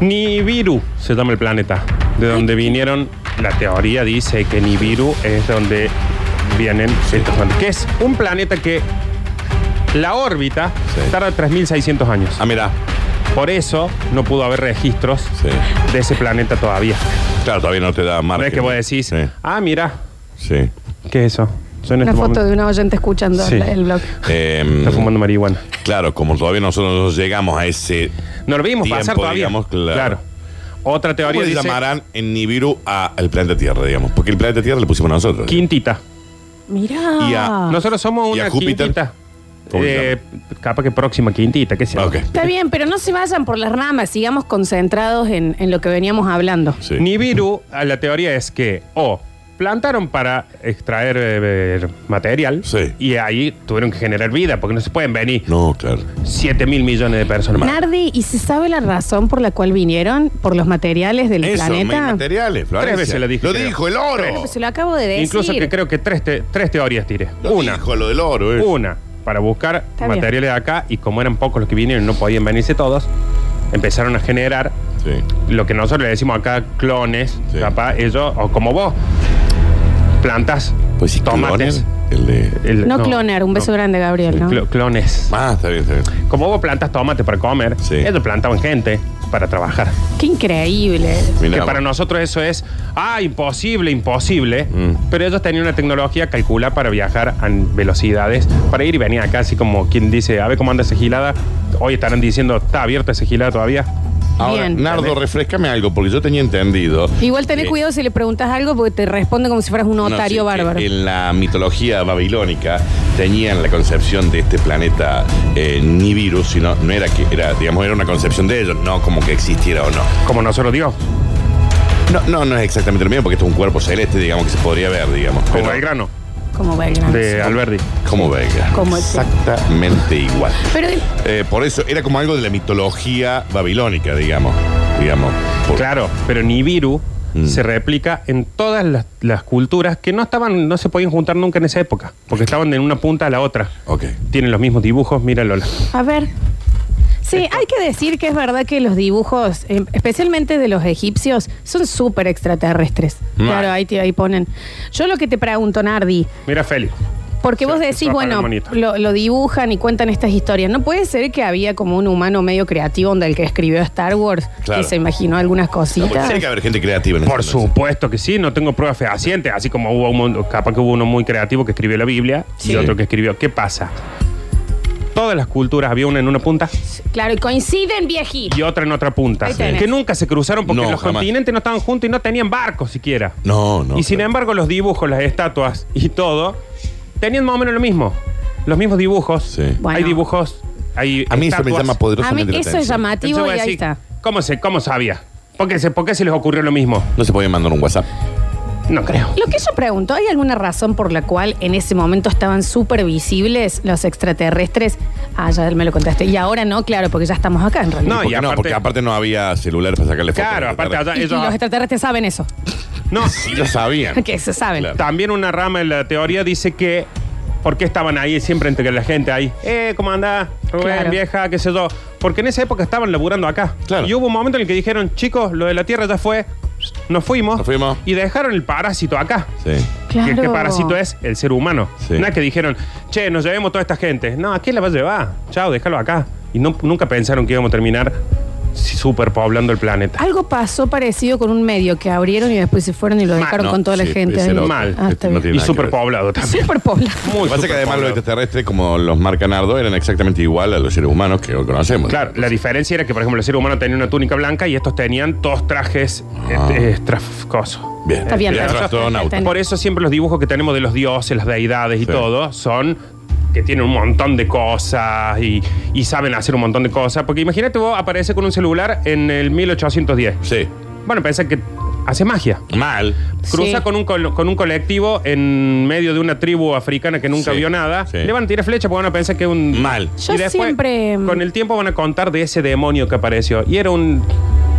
Speaker 3: Nibiru se llama el planeta, de donde vinieron, la teoría dice que Nibiru es donde vienen estos planetas, que es un planeta que la órbita
Speaker 2: Sí.
Speaker 3: tarda 3.600 años.
Speaker 2: Ah, mira.
Speaker 3: Por eso no pudo haber registros
Speaker 2: Sí.
Speaker 3: de ese planeta todavía.
Speaker 2: Claro, todavía no te da
Speaker 3: No
Speaker 2: margen.
Speaker 3: es que vos decís,
Speaker 2: Sí.
Speaker 3: ah, mira,
Speaker 2: sí.
Speaker 3: ¿qué es eso? Yo en
Speaker 1: Una
Speaker 3: este
Speaker 1: foto
Speaker 3: momento-
Speaker 1: de una oyente escuchando
Speaker 3: Sí.
Speaker 1: la- el blog.
Speaker 2: Em,
Speaker 3: Está fumando marihuana.
Speaker 2: claro, como todavía nosotros no llegamos a ese.
Speaker 3: No lo vimos pasar
Speaker 2: Tiempo,
Speaker 3: todavía.
Speaker 2: digamos, claro.
Speaker 3: Otra
Speaker 2: ¿Cómo
Speaker 3: teoría
Speaker 2: le
Speaker 3: dice
Speaker 2: llamarán en Nibiru a- al planeta Tierra, digamos? Porque el planeta Tierra le pusimos nosotros.
Speaker 3: quintita.
Speaker 1: Mirá.
Speaker 2: Y a-
Speaker 3: Nosotros somos
Speaker 2: ¿Y a
Speaker 3: una
Speaker 2: Júpiter?
Speaker 3: quintita.
Speaker 2: ¿Cómo se
Speaker 3: Eh, capaz que próxima quintita, qué sé yo.
Speaker 2: Ah, ok.
Speaker 1: Está bien, pero no se vayan por las ramas, sigamos concentrados en, en lo que veníamos hablando.
Speaker 2: Sí.
Speaker 3: Nibiru, a la teoría es que o plantaron para extraer eh, material
Speaker 2: Sí.
Speaker 3: y ahí tuvieron que generar vida porque no se pueden venir
Speaker 2: No, claro.
Speaker 3: 7 mil millones de personas más.
Speaker 1: Nardi, ¿y se sabe la razón por la cual vinieron? ¿Por los materiales del
Speaker 2: Eso,
Speaker 1: planeta.
Speaker 2: materiales, Florencia.
Speaker 3: Tres veces lo dije,
Speaker 2: Lo
Speaker 3: creo.
Speaker 2: dijo, el
Speaker 1: Pero
Speaker 2: oro.
Speaker 1: Se lo acabo de decir.
Speaker 3: Incluso que creo que tres, te- tres teorías tiré.
Speaker 2: Lo
Speaker 3: una,
Speaker 2: dijo, lo del oro, eh.
Speaker 3: una, para buscar
Speaker 1: Está bien.
Speaker 3: materiales de acá y como eran pocos los que vinieron y no podían venirse todos, empezaron a generar
Speaker 2: Sí.
Speaker 3: lo que nosotros le decimos acá clones,
Speaker 2: Sí.
Speaker 3: capaz ellos, o como vos, plantas,
Speaker 2: Pues sí,
Speaker 3: tomates.
Speaker 2: clones, El de.
Speaker 3: El-
Speaker 1: No, clonar, un beso
Speaker 3: no.
Speaker 1: grande, Gabriel, ¿no?
Speaker 3: Clo- clones.
Speaker 2: Ah, está bien, está bien.
Speaker 3: Como vos plantas tomate para comer,
Speaker 2: Sí.
Speaker 3: ellos plantaban gente para trabajar.
Speaker 1: Qué increíble.
Speaker 2: Mirá,
Speaker 3: que para
Speaker 2: vos.
Speaker 3: nosotros eso es, ah, imposible, imposible.
Speaker 2: Mm.
Speaker 3: Pero ellos tenían una tecnología calcula para viajar a velocidades, para ir y venir acá, así como quien dice, a ver cómo anda esa gilada. Hoy estarán diciendo, ¿está abierta esa gilada todavía?
Speaker 2: Ahora,
Speaker 1: Bien.
Speaker 2: Nardo, refrescame algo, porque yo tenía entendido.
Speaker 1: Igual tené
Speaker 2: Eh,
Speaker 1: cuidado si le preguntas algo porque te responde como si fueras un
Speaker 2: no,
Speaker 1: notario
Speaker 2: sí,
Speaker 1: bárbaro.
Speaker 2: que En la mitología babilónica tenían la concepción de este planeta eh, Nibiru, sino no era que era, digamos, era una concepción de ellos, no como que existiera o no.
Speaker 3: Como nosotros Dios,
Speaker 2: No, no, no es exactamente lo mismo porque esto es un cuerpo celeste, digamos, que se podría ver, digamos.
Speaker 3: como
Speaker 2: pero-
Speaker 3: el grano
Speaker 1: Como Belgrano.
Speaker 3: de Alberdi.
Speaker 2: Como Vega.
Speaker 1: Como el-
Speaker 2: Exactamente igual.
Speaker 1: Pero el-
Speaker 2: Eh, por eso era como algo de la mitología babilónica, digamos. Digamos. Por-
Speaker 3: Claro, pero Nibiru
Speaker 2: Mm.
Speaker 3: se replica en todas las, las culturas que no estaban, no se podían juntar nunca en esa época, porque estaban de una punta a la otra.
Speaker 2: Ok.
Speaker 3: Tienen los mismos dibujos, mira Lola.
Speaker 1: A ver. Sí, hay que decir que es verdad que los dibujos, eh, especialmente de los egipcios, son súper extraterrestres.
Speaker 2: Mal.
Speaker 1: Claro, ahí, te- ahí ponen. Yo lo que te pregunto, Nardi,
Speaker 3: Mira Félix.
Speaker 1: porque
Speaker 3: Sí,
Speaker 1: vos
Speaker 3: se
Speaker 1: decís,
Speaker 3: va a poner
Speaker 1: bueno,
Speaker 3: bonito.
Speaker 1: lo, lo dibujan y cuentan estas historias. ¿No puede ser que había como un humano medio creativo onda el que escribió Star Wars
Speaker 2: Claro.
Speaker 1: que se imaginó algunas
Speaker 2: No, porque
Speaker 1: cositas?
Speaker 2: tiene que haber gente creativa en
Speaker 3: Por
Speaker 2: este mundo.
Speaker 3: supuesto que sí, no tengo pruebas fehacientes, así como hubo un, mon- capaz que hubo uno muy creativo que escribió la Biblia
Speaker 2: Sí.
Speaker 3: y otro que escribió. ¿Qué pasa? todas las culturas había una en una punta
Speaker 1: Claro, y coinciden, viejitos.
Speaker 3: y otra en otra punta.
Speaker 1: Ahí tenés.
Speaker 3: Que nunca se cruzaron porque
Speaker 2: No,
Speaker 3: los
Speaker 2: jamás.
Speaker 3: continentes no estaban juntos y no tenían barcos siquiera.
Speaker 2: No, no.
Speaker 3: y sin em-
Speaker 2: claro.
Speaker 3: embargo, los dibujos, las estatuas y todo tenían más o menos lo mismo. Los mismos dibujos.
Speaker 2: Sí.
Speaker 1: Bueno.
Speaker 3: Hay dibujos, hay
Speaker 2: A mí eso me
Speaker 3: estatuas.
Speaker 2: llama
Speaker 1: A mí
Speaker 2: poderosamente la
Speaker 1: eso es
Speaker 2: atención.
Speaker 1: llamativo y
Speaker 3: Entonces voy a
Speaker 1: ahí
Speaker 3: decir,
Speaker 1: está.
Speaker 3: ¿Cómo, se, ¿Cómo sabía? ¿Por qué, se, ¿Por qué se les ocurrió lo mismo?
Speaker 2: No se podía mandar un WhatsApp.
Speaker 3: No creo.
Speaker 1: Lo que yo pregunto, ¿hay alguna razón por la cual en ese momento estaban súper visibles los extraterrestres? Ah, ya él me lo contaste. Y ahora no, claro, porque ya estamos acá en realidad.
Speaker 3: No,
Speaker 2: ¿Por
Speaker 3: y
Speaker 2: qué
Speaker 3: aparte-
Speaker 2: no, porque aparte no había celulares para sacarle fotos.
Speaker 3: Claro, aparte allá
Speaker 1: Y- y
Speaker 3: ellos-
Speaker 1: los extraterrestres saben eso.
Speaker 3: No,
Speaker 2: Sí lo sabían.
Speaker 1: Que se saben.
Speaker 2: Claro.
Speaker 3: También una rama de la teoría dice que ¿por qué estaban ahí siempre entre la gente ahí? Eh, ¿cómo andás? Rubén,
Speaker 1: Claro.
Speaker 3: vieja, qué sé yo. Porque en esa época estaban laburando acá.
Speaker 2: Claro.
Speaker 3: Y hubo un momento en el que dijeron, chicos, lo de la Tierra ya fue, nos fuimos.
Speaker 2: Nos fuimos.
Speaker 3: Y dejaron el parásito acá.
Speaker 2: Sí.
Speaker 1: Claro.
Speaker 3: Que este parásito es el ser humano.
Speaker 2: Sí.
Speaker 3: Nada que dijeron, che, nos llevemos toda esta gente. No, ¿a quién la vas a llevar? Chao, déjalo acá. Y no- nunca pensaron que íbamos a terminar si- superpoblando el planeta.
Speaker 1: Algo pasó parecido con un medio que abrieron y después se fueron y lo
Speaker 3: Mal,
Speaker 1: dejaron
Speaker 2: no,
Speaker 1: con toda la
Speaker 2: sí,
Speaker 1: gente.
Speaker 2: ese
Speaker 1: ahí.
Speaker 2: era otro.
Speaker 3: Mal.
Speaker 1: Ah,
Speaker 2: Este
Speaker 1: está
Speaker 2: no
Speaker 1: bien.
Speaker 2: tiene
Speaker 3: Y
Speaker 2: nada que ver.
Speaker 3: superpoblado también.
Speaker 1: Súper poblado.
Speaker 3: Muy
Speaker 2: Lo que pasa es que además los
Speaker 3: superpoblado.
Speaker 2: extraterrestres, como los marca Nardo, eran exactamente igual a los seres humanos que hoy conocemos.
Speaker 3: Claro, la diferencia era que, por ejemplo, el ser humano tenía una túnica blanca y estos tenían dos trajes
Speaker 2: Ah.
Speaker 3: eh, eh, trafcosos.
Speaker 2: Bien,
Speaker 1: Está bien,
Speaker 2: bien,
Speaker 1: pero-
Speaker 2: astronauta.
Speaker 1: Ten-
Speaker 3: Por eso siempre los dibujos que tenemos de los dioses, las deidades y
Speaker 2: Sí.
Speaker 3: todo, son que tienen un montón de cosas y, y saben hacer un montón de cosas. Porque imagínate vos aparece con un celular en el 1810.
Speaker 2: Sí.
Speaker 3: Bueno, pensá que hace magia.
Speaker 2: Mal.
Speaker 3: Cruza
Speaker 1: Sí.
Speaker 3: con, un col- con un colectivo en medio de una tribu africana que nunca
Speaker 2: Sí,
Speaker 3: vio nada.
Speaker 2: sí.
Speaker 3: Le van a tirar flecha porque van a pensar que es un.
Speaker 2: Mal.
Speaker 1: Yo siempre- mm,
Speaker 3: Con el tiempo van a contar de ese demonio que apareció. Y era un.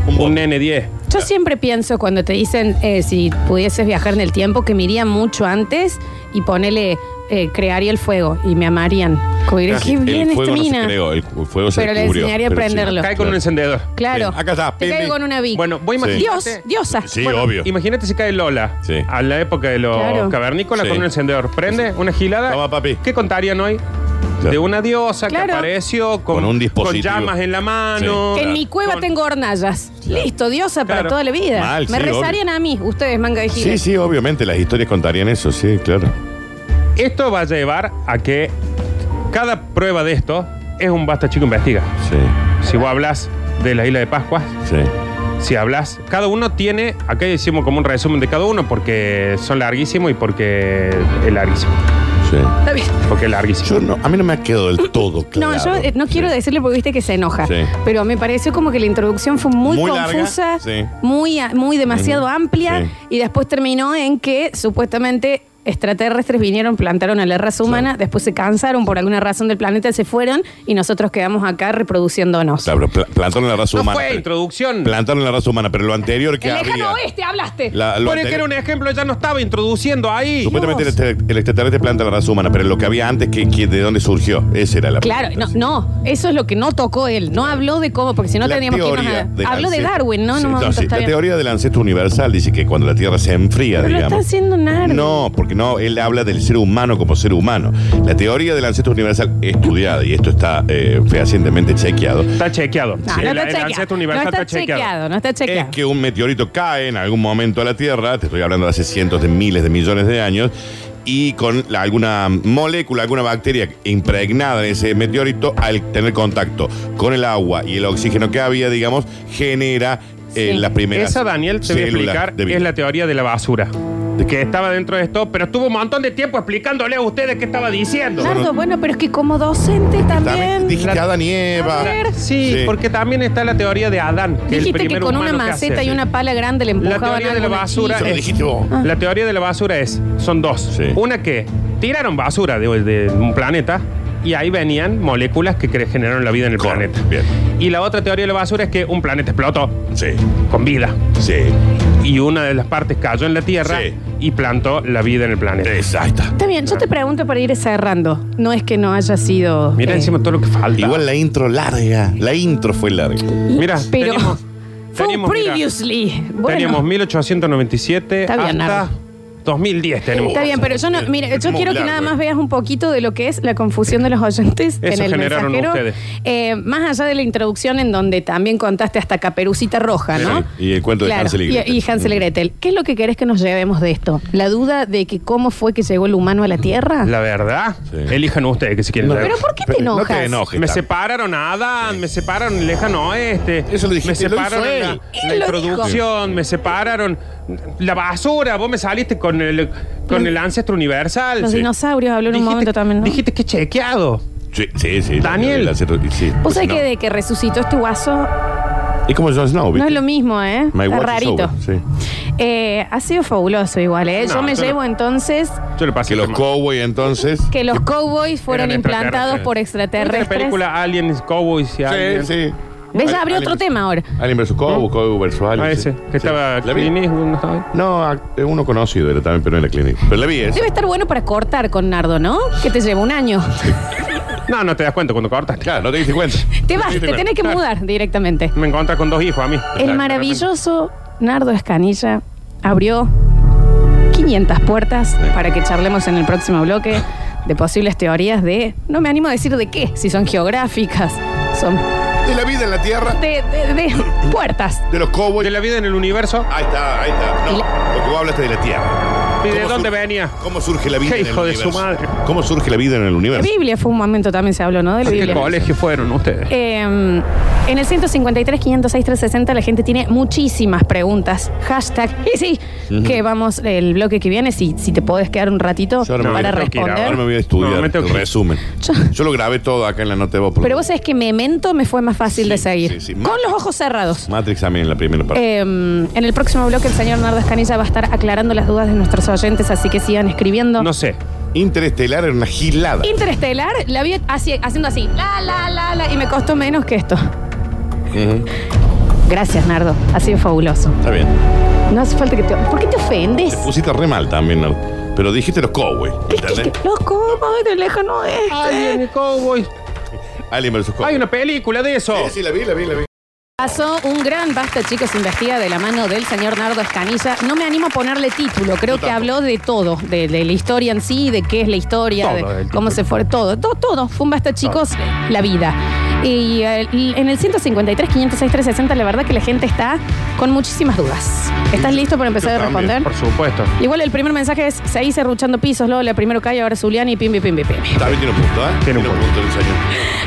Speaker 3: Un,
Speaker 2: bot.
Speaker 3: N10.
Speaker 1: Yo siempre pienso cuando te dicen eh, si pudieses viajar en el tiempo que me iría mucho antes y ponele eh, crearía el fuego y me amarían. Como diré,
Speaker 2: Sí,
Speaker 1: qué bien
Speaker 2: el
Speaker 1: esta
Speaker 2: fuego no
Speaker 1: mina.
Speaker 2: se creó, el cu- fuego se
Speaker 1: Pero le
Speaker 2: descubrió,
Speaker 1: enseñaría a
Speaker 2: pero sí.
Speaker 1: prenderlo.
Speaker 3: Cae con un encendedor.
Speaker 1: Claro.
Speaker 2: Bien, acá está,
Speaker 1: Te
Speaker 2: pim,
Speaker 1: caigo
Speaker 2: pim.
Speaker 1: con una bica.
Speaker 3: Bueno, vos
Speaker 2: Sí.
Speaker 1: Dios,
Speaker 3: imagínate.
Speaker 1: diosa.
Speaker 2: Sí,
Speaker 3: Bueno,
Speaker 2: obvio.
Speaker 3: Imagínate si cae Lola
Speaker 2: Sí.
Speaker 3: a la época de los
Speaker 1: Claro.
Speaker 3: cavernícolas
Speaker 2: Sí.
Speaker 3: con un encendedor. Prende una gilada.
Speaker 2: Toma, papi.
Speaker 3: ¿Qué contarían hoy?
Speaker 2: Claro.
Speaker 3: De una diosa que
Speaker 1: Claro.
Speaker 3: apareció con,
Speaker 2: Con un
Speaker 3: con
Speaker 2: dispositivo.
Speaker 3: llamas en la mano.
Speaker 1: Que en mi cueva
Speaker 3: Con-
Speaker 1: tengo hornallas.
Speaker 2: Claro.
Speaker 1: Listo, diosa para
Speaker 3: Claro.
Speaker 1: toda la vida.
Speaker 2: Mal,
Speaker 1: me
Speaker 2: sí,
Speaker 1: rezarían a mí, ustedes, manga de gira.
Speaker 2: Sí, sí, obviamente, las historias contarían eso, sí, claro.
Speaker 3: Esto va a llevar a que cada prueba de esto es un basta chico investiga.
Speaker 2: Sí,
Speaker 3: Si vos hablas de la isla de Pascua,
Speaker 2: sí.
Speaker 3: si hablas, cada uno tiene, acá hicimos como un resumen de cada uno porque son larguísimos y porque es larguísimo.
Speaker 2: sí.
Speaker 1: Está bien.
Speaker 3: Porque es larguísimo.
Speaker 2: Yo no, a mí no me ha quedado del todo claro.
Speaker 1: No, yo eh, no quiero
Speaker 2: Sí.
Speaker 1: decirle porque viste que se enoja.
Speaker 2: Sí.
Speaker 1: Pero me pareció como que la introducción fue muy,
Speaker 2: Muy larga,
Speaker 1: confusa,
Speaker 2: sí.
Speaker 1: muy, a- muy demasiado amplia
Speaker 2: sí.
Speaker 1: y después terminó en que supuestamente extraterrestres vinieron, plantaron a la raza humana, después se cansaron por alguna razón del planeta, se fueron y nosotros quedamos acá reproduciéndonos.
Speaker 2: Claro, pero pla- plantaron la raza
Speaker 3: No
Speaker 2: humana.
Speaker 3: fue
Speaker 2: pero-
Speaker 3: introducción.
Speaker 2: plantaron la raza humana, pero lo anterior que
Speaker 1: El
Speaker 2: había.
Speaker 1: lejano oeste hablaste.
Speaker 2: la- lo
Speaker 3: Pone que era
Speaker 2: anterior-
Speaker 3: un ejemplo, ya no estaba introduciendo ahí.
Speaker 2: Supuestamente el, extra- el extraterrestre planta la raza humana, pero lo que había antes, que, que- ¿de dónde surgió? Esa era la
Speaker 1: Claro, no,
Speaker 2: pregunta.
Speaker 1: no, eso es lo que no tocó él. No habló de cómo, porque si no
Speaker 2: La
Speaker 1: teníamos que irnos
Speaker 2: teoría
Speaker 1: a-
Speaker 2: del
Speaker 1: Habló de
Speaker 2: ancestro-
Speaker 1: Darwin, ¿no?
Speaker 2: Sí,
Speaker 1: en un momento,
Speaker 2: sí,
Speaker 1: está
Speaker 2: la
Speaker 1: bien.
Speaker 2: teoría del ancestro universal dice que cuando la Tierra se enfría,
Speaker 1: Pero lo
Speaker 2: digamos.
Speaker 1: está haciendo Nardi.
Speaker 2: No, porque no, él habla del ser humano como ser humano. La teoría del ancestro universal estudiada, y esto está eh, fehacientemente chequeado,
Speaker 3: Está chequeado.
Speaker 1: No,
Speaker 3: Sí,
Speaker 1: no está
Speaker 3: el- el ancestro
Speaker 1: chequeado. No
Speaker 3: universal
Speaker 1: está chequeado, no está
Speaker 2: es
Speaker 1: chequeado.
Speaker 2: que un meteorito cae en algún momento a la Tierra, te estoy hablando de hace cientos de miles de millones de años, y con la- alguna molécula, alguna bacteria impregnada en ese meteorito, al tener contacto con el agua y el oxígeno que había, digamos, genera eh,
Speaker 1: Sí.
Speaker 2: las primeras.
Speaker 3: Esa, Daniel, te voy a
Speaker 2: células
Speaker 3: explicar,
Speaker 2: de vida.
Speaker 3: es la teoría de la basura. Que estaba dentro de esto, pero estuvo un montón de tiempo explicándole a ustedes qué estaba diciendo.
Speaker 1: Nardo, bueno, pero es que como docente también.
Speaker 2: También dijiste Adán y Eva.
Speaker 1: A ver.
Speaker 3: Sí,
Speaker 2: Sí.
Speaker 3: porque también está la teoría de Adán. que el
Speaker 1: Dijiste que
Speaker 3: primer
Speaker 1: con una
Speaker 3: humano que
Speaker 1: maceta
Speaker 3: hace.
Speaker 1: y una Ah. pala grande le empujaban
Speaker 3: teoría de la
Speaker 1: alguna
Speaker 3: basura
Speaker 2: Eso
Speaker 1: chica.
Speaker 2: lo dijiste vos.
Speaker 3: Ah. La teoría de la basura es, son dos.
Speaker 2: Sí.
Speaker 3: Una que tiraron basura de, de un planeta y ahí venían moléculas que cre- generaron la vida en el
Speaker 2: Correcto.
Speaker 3: planeta.
Speaker 2: Bien.
Speaker 3: Y la otra teoría de la basura es que un planeta explotó
Speaker 2: Sí,
Speaker 3: con vida
Speaker 2: sí.
Speaker 3: y una de las partes cayó en la Tierra
Speaker 2: Sí.
Speaker 3: y plantó la vida en el planeta.
Speaker 2: Exacto.
Speaker 1: Está bien, yo te pregunto para ir cerrando. No es que no haya sido.
Speaker 3: Mira
Speaker 1: eh,
Speaker 3: encima todo lo que falta.
Speaker 2: Igual la intro larga. La intro fue larga.
Speaker 3: Mira,
Speaker 1: Pero.
Speaker 3: teníamos,
Speaker 1: fue un
Speaker 3: teníamos, mira,
Speaker 1: previously. Bueno,
Speaker 3: teníamos 1897
Speaker 1: Está bien,
Speaker 3: hasta
Speaker 1: Nardo.
Speaker 3: 2010 tenemos.
Speaker 1: Está bien, pero yo no, mira,
Speaker 2: Es
Speaker 1: yo
Speaker 2: muy
Speaker 1: quiero que
Speaker 2: largo,
Speaker 1: nada
Speaker 2: eh.
Speaker 1: más veas un poquito de lo que es la confusión de los oyentes en
Speaker 3: Eso
Speaker 1: el
Speaker 3: generaron
Speaker 1: mensajero.
Speaker 3: ustedes.
Speaker 1: Eh, más allá de la introducción en donde también contaste hasta Caperucita Roja, ¿no?
Speaker 2: Sí, y el cuento de Hansel y Gretel.
Speaker 1: y Hansel y Gretel. ¿Qué es lo que querés que nos llevemos de esto? ¿La duda de que cómo fue que llegó el humano a la Tierra?
Speaker 3: La verdad,
Speaker 2: Sí.
Speaker 3: elijan ustedes que si quieren.
Speaker 2: No.
Speaker 3: saber.
Speaker 1: Ah. ¿Pero por qué te
Speaker 2: Pero no
Speaker 1: enojas?
Speaker 2: te enojes.
Speaker 3: me
Speaker 2: está.
Speaker 3: separaron a Adán, me separaron el lejano oeste.
Speaker 2: Eso lo dijiste,
Speaker 3: Me
Speaker 2: lo hizo
Speaker 3: separaron
Speaker 2: él.
Speaker 3: la-
Speaker 1: Él
Speaker 3: la,
Speaker 1: lo
Speaker 3: introducción, me separaron la basura. Vos me saliste con el,
Speaker 1: Mm.
Speaker 3: con el ancestro universal.
Speaker 1: Los
Speaker 3: Sí.
Speaker 1: dinosaurios habló en un
Speaker 3: Dijiste-
Speaker 1: momento también, ¿no?
Speaker 3: Dijiste que chequeado.
Speaker 2: Sí, sí, sí.
Speaker 3: Daniel.
Speaker 2: La- la- sí,
Speaker 1: ¿Vos sabés
Speaker 2: no.
Speaker 1: que de que resucitó este guaso
Speaker 2: Es como Jon Snow,
Speaker 1: No
Speaker 2: ¿viste?
Speaker 1: es lo mismo, ¿eh?
Speaker 2: My
Speaker 1: Está
Speaker 2: watch is
Speaker 1: rarito.
Speaker 2: over,
Speaker 1: Eh, ha sido fabuloso igual, ¿eh?
Speaker 3: No,
Speaker 1: Yo me
Speaker 3: yo no-
Speaker 1: llevo entonces
Speaker 3: Yo le pasé
Speaker 2: Que los
Speaker 3: el tema.
Speaker 2: cowboys entonces.
Speaker 1: que los cowboys fueron
Speaker 3: Eran
Speaker 1: implantados por
Speaker 3: ¿Viste La
Speaker 1: extraterrestres.
Speaker 3: película Aliens, Cowboys y
Speaker 2: Sí,
Speaker 3: Aliens.
Speaker 2: sí.
Speaker 1: ¿Ves? Ya abrió
Speaker 2: Alien-
Speaker 1: otro tema ¿Eh? ahora.
Speaker 2: Alien vs. Cowboy, Cowboy vs. Alien.
Speaker 3: Ah, ese,
Speaker 2: sí.
Speaker 3: que
Speaker 2: Sí.
Speaker 3: estaba
Speaker 2: ¿La vi?
Speaker 3: Clint Eastwood, ¿no estaba ahí?
Speaker 2: No, a- eh, uno conocido era también, pero en la clínica. Pero la vi ¿eh? es.
Speaker 1: Debe estar bueno para cortar con Nardo, ¿no? Que te lleva un año.
Speaker 3: No, no te das cuenta cuando cortaste.
Speaker 2: Claro, no te diste cuenta.
Speaker 1: Te vas,
Speaker 2: No
Speaker 1: te
Speaker 2: diste
Speaker 1: tenés
Speaker 2: cuenta.
Speaker 1: que mudar directamente.
Speaker 3: Me encontrás con dos hijos a mí.
Speaker 1: El maravilloso Nardo Escanilla abrió 500 puertas para que charlemos en el próximo bloque de posibles teorías de, no me animo a decir de qué, si son geográficas, son
Speaker 2: De la vida en la Tierra,
Speaker 1: de, de- de puertas.
Speaker 2: de los
Speaker 3: De
Speaker 2: cowboys.
Speaker 3: la vida en el universo.
Speaker 2: Ahí está, ahí está. No,
Speaker 1: Y la-
Speaker 2: porque vos hablaste de la Tierra.
Speaker 3: ¿Y de
Speaker 2: ¿Cómo
Speaker 3: dónde
Speaker 2: sur-
Speaker 3: venía?
Speaker 2: ¿Cómo surge la vida
Speaker 3: ¿Qué
Speaker 2: en el
Speaker 3: hijo de
Speaker 2: universo?
Speaker 3: su madre?
Speaker 2: ¿Cómo surge la vida en el
Speaker 1: La
Speaker 2: universo?
Speaker 1: Biblia fue un momento también se habló, ¿no? De la
Speaker 3: ¿A qué
Speaker 1: Biblia.
Speaker 3: colegio fueron ustedes?
Speaker 1: Eh, en el 153, 506, 360 la gente tiene muchísimas preguntas. Hashtag. Y sí, que vamos el bloque que viene, si, si te podés quedar un ratito
Speaker 2: Yo ahora me
Speaker 1: para
Speaker 2: voy a-
Speaker 1: responder.
Speaker 2: Ahora me voy a estudiar
Speaker 3: No, me tengo
Speaker 2: el
Speaker 3: que-
Speaker 2: resumen.
Speaker 1: Yo-
Speaker 2: Yo lo grabé todo acá en la nota de voz. porque
Speaker 1: Pero vos sabés que Memento me fue más fácil
Speaker 2: Sí,
Speaker 1: de seguir.
Speaker 2: sí, sí.
Speaker 1: Con los ojos cerrados.
Speaker 2: Matrix también en la primera parte.
Speaker 1: Eh, en el próximo bloque el señor Nardo Escanilla va a estar aclarando las dudas de nuestros oyentes, así que sigan escribiendo.
Speaker 3: No sé.
Speaker 2: Interestelar era una gilada.
Speaker 1: Interestelar la vi así- haciendo así, la, la, la, la, y me costó menos que esto.
Speaker 2: Ujú.
Speaker 1: Gracias, Nardo. Ha sido fabuloso.
Speaker 2: Está bien.
Speaker 1: No hace falta que te... ¿Por qué te ofendes?
Speaker 2: Te pusiste re mal también, ¿no? Pero dijiste los cowboys. ¿entendés?
Speaker 1: Loco, vamos de lejano
Speaker 3: este.
Speaker 1: es.
Speaker 3: Alien y Cowboy.
Speaker 2: Alien vs. Cowboy.
Speaker 3: Hay una película de eso.
Speaker 2: Sí, sí, la vi, la vi, la vi.
Speaker 1: Pasó un gran Basta Chicos Investiga de la mano del señor Nardo Escanilla. No me animo a ponerle título, creo que habló de todo, de, de la historia en sí, de qué es la historia,
Speaker 3: Todo
Speaker 1: de
Speaker 3: el
Speaker 1: cómo
Speaker 3: título.
Speaker 1: se fue, todo, todo, todo. Fue un Basta Chicos, la vida. Y eh, y en el 153, 506, 360, la verdad que la gente está con muchísimas dudas. ¿Estás listo para empezar
Speaker 2: Yo
Speaker 1: a responder?
Speaker 2: también,
Speaker 3: Por supuesto.
Speaker 1: Igual el primer mensaje es, se hice ruchando pisos, luego la primero calle, ahora Zuliani y pimbi, pimbi, pimbi.
Speaker 2: También tiene un punto, ¿eh?
Speaker 3: Tiene un punto.
Speaker 2: el señor.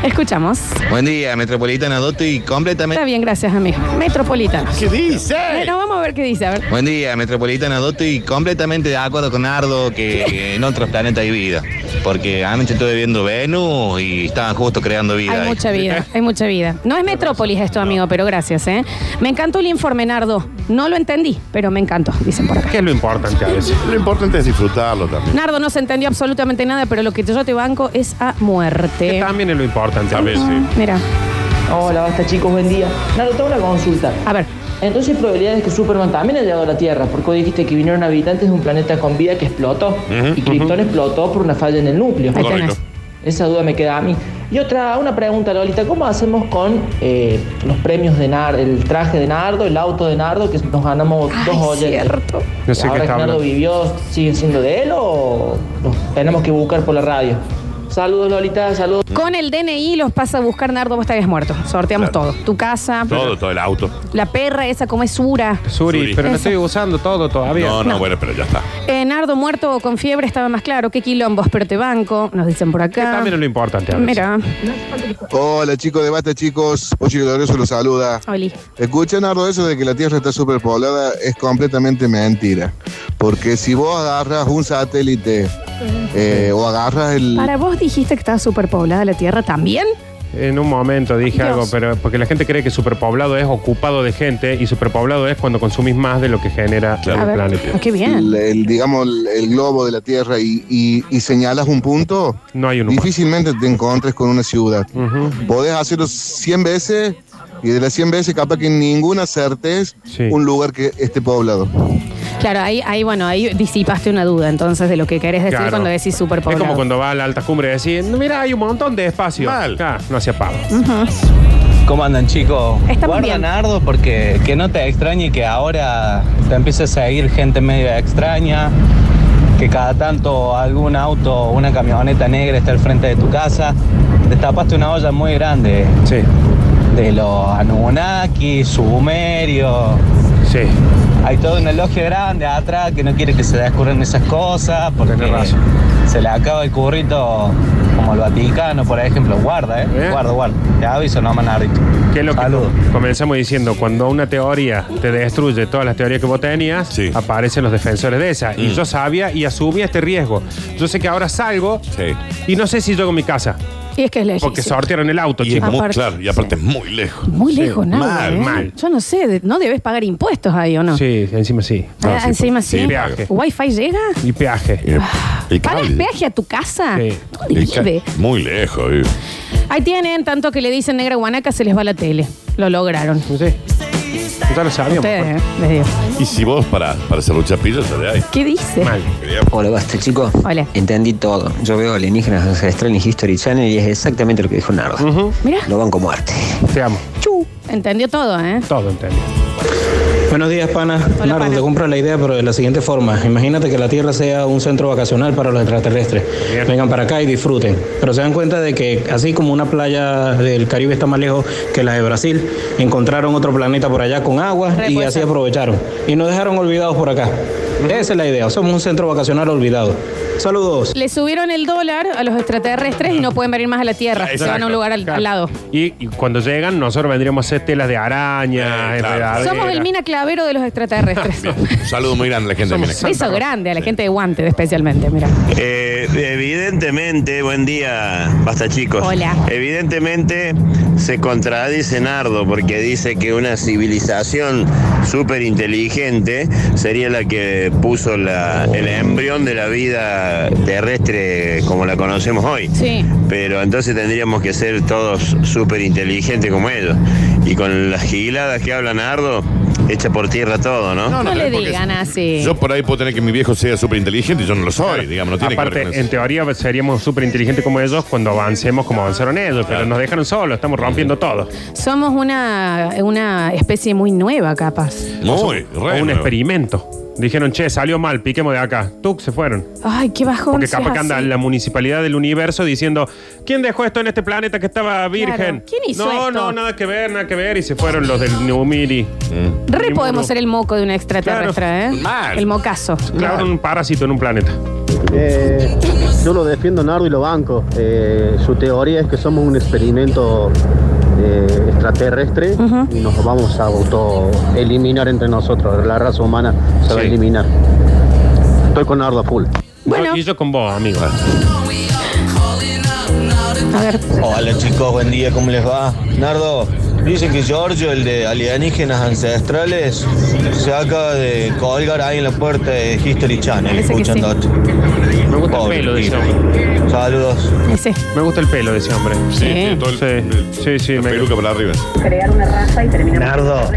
Speaker 1: Escuchamos.
Speaker 4: Buen día, Metropolitana Doto y completamente.
Speaker 1: Está bien, gracias, amigo. Metropolitanos.
Speaker 2: ¿Qué dice?
Speaker 1: Bueno, vamos a ver qué dice, a ver.
Speaker 4: Buen día, Metropolitana Doto y completamente de acuerdo con Ardo que en otros planetas hay vida. Porque anoche estuve viendo Venus y estaban justo creando vida.
Speaker 1: Hay
Speaker 4: ahí.
Speaker 1: mucha vida, hay mucha vida. No es Metrópolis esto, amigo, pero gracias, ¿eh? Me encantó el informe, Nardo. No lo entendí, pero me encantó, dicen por acá.
Speaker 3: ¿Qué es lo importante a veces?
Speaker 2: Lo importante es disfrutarlo también.
Speaker 1: Nardo no se entendió absolutamente nada, pero lo que yo te banco es a
Speaker 3: Que
Speaker 1: muerte. Mm,
Speaker 3: también es lo importante a
Speaker 2: También,
Speaker 3: veces.
Speaker 2: sí.
Speaker 1: Mira,
Speaker 5: Hola, basta chicos, buen día. Nada, tengo una consulta.
Speaker 1: a ver,
Speaker 5: Entonces hay probabilidades que Superman también ha llegado a la Tierra, porque vos dijiste que vinieron habitantes de un planeta con vida que explotó y Krypton explotó por una falla en el núcleo.
Speaker 1: ahí
Speaker 2: Correcto.
Speaker 1: tenés.
Speaker 5: Esa duda me queda a mí. Y otra, una pregunta, Lolita, ¿cómo hacemos con eh, los premios de Nardo, el traje de Nardo, el auto de Nardo, que nos ganamos
Speaker 1: Ay,
Speaker 5: dos oyentes?
Speaker 1: cierto.
Speaker 2: Mm.
Speaker 3: No sé qué
Speaker 5: Ahora que
Speaker 3: está
Speaker 5: Nardo
Speaker 3: hablando.
Speaker 5: vivió, ¿sigue siendo de él o los tenemos que buscar por la radio? Saludos, Lolita, saludos.
Speaker 1: Con el DNI los pasa a buscar, Nardo, vos te habías muerto. Sorteamos
Speaker 2: Claro.
Speaker 1: todo. Tu casa,
Speaker 2: Todo, todo el auto.
Speaker 1: la perra esa como es Sura.
Speaker 3: Suri,
Speaker 2: Suri.
Speaker 3: pero no
Speaker 1: Eso.
Speaker 3: estoy usando todo todavía.
Speaker 2: No, no,
Speaker 1: No.
Speaker 2: bueno, pero ya está.
Speaker 1: Eh, Nardo muerto o con fiebre estaba más claro. Qué quilombos, pero te banco, nos dicen por
Speaker 3: Que
Speaker 1: acá.
Speaker 3: también es lo importante a veces.
Speaker 1: Mira,
Speaker 6: Hola chicos de Basta chicos, Ocho Glorioso los saluda.
Speaker 1: Oli.
Speaker 6: Escuchen algo eso de que la Tierra está superpoblada es completamente mentira. Porque si vos agarras un satélite eh, o agarras el...
Speaker 1: Para vos dijiste que estaba superpoblada la Tierra también.
Speaker 3: En un momento dije
Speaker 1: Dios.
Speaker 3: algo, pero porque la gente cree que superpoblado es ocupado de gente y superpoblado es cuando consumís más de lo que genera
Speaker 2: Claro.
Speaker 1: A
Speaker 3: el
Speaker 1: ver,
Speaker 3: planeta.
Speaker 1: ah, qué bien.
Speaker 6: el- el, digamos, el, el globo de la Tierra y, y- y señalas un punto,
Speaker 3: No hay un humano.
Speaker 6: difícilmente te encontres con una ciudad.
Speaker 3: Ujú.
Speaker 6: Podés hacerlo 100 veces y de las 100 veces capaz que ninguna acertes
Speaker 3: Sí.
Speaker 6: un lugar que esté poblado.
Speaker 1: Claro, ahí, ahí, bueno, ahí disipaste una duda entonces de lo que querés decir
Speaker 3: Claro.
Speaker 1: cuando decís
Speaker 3: Es
Speaker 1: superpoblado.
Speaker 3: como cuando va a la alta cumbre y decís, mira, hay un montón de espacio.
Speaker 1: Mm.
Speaker 2: Mal.
Speaker 3: Ah, no hacía pago.
Speaker 7: ¿Cómo andan chicos?
Speaker 1: Estamos
Speaker 7: Guarda
Speaker 1: bien.
Speaker 7: Nardo porque que no te extrañe que ahora te empiece a seguir gente media extraña, que cada tanto algún auto o una camioneta negra está al frente de tu casa. Destapaste una olla muy grande
Speaker 3: Sí,
Speaker 7: de los Anunnaki, Sumerios.
Speaker 3: sí.
Speaker 7: Hay toda una logia grande atrás que no quiere que se descubran esas cosas porque
Speaker 3: Tenés razón.
Speaker 7: se le acaba el currito como el Vaticano, por ejemplo. Guarda, ¿eh?
Speaker 3: ¿Eh?
Speaker 7: Guarda, guarda. Te aviso, no, Manardito.
Speaker 3: ¿Qué es lo que
Speaker 7: Saludos.
Speaker 3: comenzamos diciendo? Cuando una teoría te destruye todas las teorías que vos tenías,
Speaker 2: Sí. Mm.
Speaker 3: aparecen los defensores de esa. Y yo sabía y asumí este riesgo. Yo sé que ahora salgo
Speaker 2: Sí.
Speaker 3: y no sé si llego a mi casa,
Speaker 1: Y es que es
Speaker 3: porque
Speaker 1: lejísimo.
Speaker 3: sortearon el auto,
Speaker 2: Y es
Speaker 3: chicos.
Speaker 2: muy,
Speaker 1: Aparte-
Speaker 2: claro, y aparte es muy lejos.
Speaker 1: Muy lejos,
Speaker 2: Sí.
Speaker 1: nada.
Speaker 2: Mal,
Speaker 1: ¿eh?
Speaker 3: mal.
Speaker 1: Yo no sé, de- no debes pagar impuestos ahí o no.
Speaker 3: Sí, encima sí.
Speaker 1: Ah, encima sí.
Speaker 2: sí,
Speaker 3: viaje.
Speaker 1: ¿Wi-Fi llega?
Speaker 3: Y peaje.
Speaker 2: Eh,
Speaker 3: Ah.
Speaker 2: el
Speaker 1: ¿Pagas
Speaker 2: cable.
Speaker 1: peaje a tu casa?
Speaker 3: Sí.
Speaker 1: ¿Dónde
Speaker 2: El ca-
Speaker 1: vive?
Speaker 2: Muy lejos. eh.
Speaker 1: Ahí tienen, tanto que le dicen negra guanaca, se les va la tele. Lo lograron.
Speaker 3: No sé. Ya lo sabíamos.
Speaker 1: Ustedes, eh, les digo.
Speaker 2: Y si vos para, para ser lucha pillo, de ahí.
Speaker 1: ¿Qué dice?
Speaker 3: Mal.
Speaker 8: Hola, basta, chicos.
Speaker 1: Hola.
Speaker 8: Entendí todo. Yo veo alienígenas ancestral en History Channel y es exactamente lo que dijo Nardo.
Speaker 3: Ujú.
Speaker 1: Mira,
Speaker 8: Lo van como arte.
Speaker 3: Te amo.
Speaker 1: entendió todo, ¿eh?
Speaker 3: Todo entendí.
Speaker 7: Buenos días, pana.
Speaker 1: Hola,
Speaker 7: Nardo,
Speaker 1: pana.
Speaker 7: te compro la idea, pero de la siguiente forma. Imagínate que la Tierra sea un centro vacacional para los extraterrestres.
Speaker 3: Bien.
Speaker 7: Vengan para acá y disfruten. Pero se dan cuenta de que, así como una playa del Caribe está más lejos que la de Brasil, encontraron otro planeta por allá con agua y
Speaker 1: Repuesta.
Speaker 7: así aprovecharon. Y nos dejaron olvidados por acá. Esa es la idea. Somos un centro vacacional olvidado. Saludos.
Speaker 1: Le subieron el dólar a los extraterrestres y no pueden venir más a la Tierra. Se van a un lugar al, al lado.
Speaker 3: Y, y cuando llegan, nosotros vendríamos a hacer telas de araña,
Speaker 2: Eh, claro.
Speaker 3: enredaderas.
Speaker 1: Somos el mina clavero de los extraterrestres.
Speaker 2: Bien. Un saludo muy grande a la gente de
Speaker 3: Somos-
Speaker 2: Minas.
Speaker 1: Beso grande a la gente de Guante, especialmente, mira.
Speaker 9: Eh, evidentemente, buen día, basta chicos.
Speaker 1: Hola.
Speaker 9: Evidentemente se contradice Nardo porque dice que una civilización súper inteligente sería la que puso la- el embrión de la vida terrestre como la conocemos hoy.
Speaker 1: Sí.
Speaker 9: Pero entonces tendríamos que ser todos súper inteligentes como ellos. Y con las giladas que habla Nardo, echa por tierra todo, ¿no?
Speaker 1: No, le
Speaker 2: pero porque
Speaker 1: digan así.
Speaker 2: Yo por ahí puedo tener que mi viejo sea súper inteligente y yo no lo soy, digamos, no tiene que
Speaker 3: Aparte,
Speaker 2: ver con
Speaker 3: en
Speaker 2: eso.
Speaker 3: teoría seríamos súper inteligentes como ellos cuando avancemos como avanzaron ellos, pero nos dejaron solos, estamos
Speaker 2: Mm.
Speaker 3: rompiendo todo.
Speaker 1: Somos una, una especie muy nueva, capaz.
Speaker 2: Muy,
Speaker 3: O
Speaker 2: re
Speaker 3: un
Speaker 2: nuevo.
Speaker 3: experimento. Dijeron, che, salió mal, piquemos de acá. Tuk, se fueron.
Speaker 1: Ay, qué bajón.
Speaker 3: Porque
Speaker 1: seas
Speaker 3: capaz que anda
Speaker 1: así.
Speaker 3: la municipalidad del universo diciendo, ¿quién dejó esto en este planeta que estaba virgen?
Speaker 1: ¿quién hizo
Speaker 3: no,
Speaker 1: esto?
Speaker 3: no, nada que ver, nada que ver. Y se fueron los del Neumiri.
Speaker 1: Re
Speaker 3: Ni
Speaker 1: podemos
Speaker 3: modo.
Speaker 1: ser el moco de una extraterrestre,
Speaker 3: Claro.
Speaker 1: ¿eh?
Speaker 2: Mal.
Speaker 1: El mocazo.
Speaker 3: Claro, un parásito en un planeta.
Speaker 10: Eh, yo lo defiendo Nardo y lo banco. Eh, su teoría es que somos un experimento eh, extraterrestre
Speaker 1: Ujú.
Speaker 10: y nos vamos a autoeliminar entre nosotros. La raza humana se va a
Speaker 3: Sí.
Speaker 10: eliminar. Estoy con Nardo a full.
Speaker 1: Bueno.
Speaker 3: No, y yo con vos, amigo.
Speaker 2: Ah,
Speaker 1: A ver,
Speaker 4: Hola chicos, buen día, ¿cómo les va? Nardo, dice que Giorgio, el de alienígenas ancestrales, se acaba de colgar ahí en la puerta de History Channel,
Speaker 1: Parece que sí.
Speaker 4: escuchándote.
Speaker 3: Me gusta
Speaker 4: Pobre
Speaker 3: el pelo de ese
Speaker 4: tipo.
Speaker 3: hombre.
Speaker 4: Saludos.
Speaker 1: ese.
Speaker 3: Me gusta el pelo de ese hombre.
Speaker 2: Sí, tiene todo el- el-
Speaker 3: Sí, sí, sí.
Speaker 2: la
Speaker 3: me-
Speaker 2: peluca para arriba.
Speaker 7: Nardo,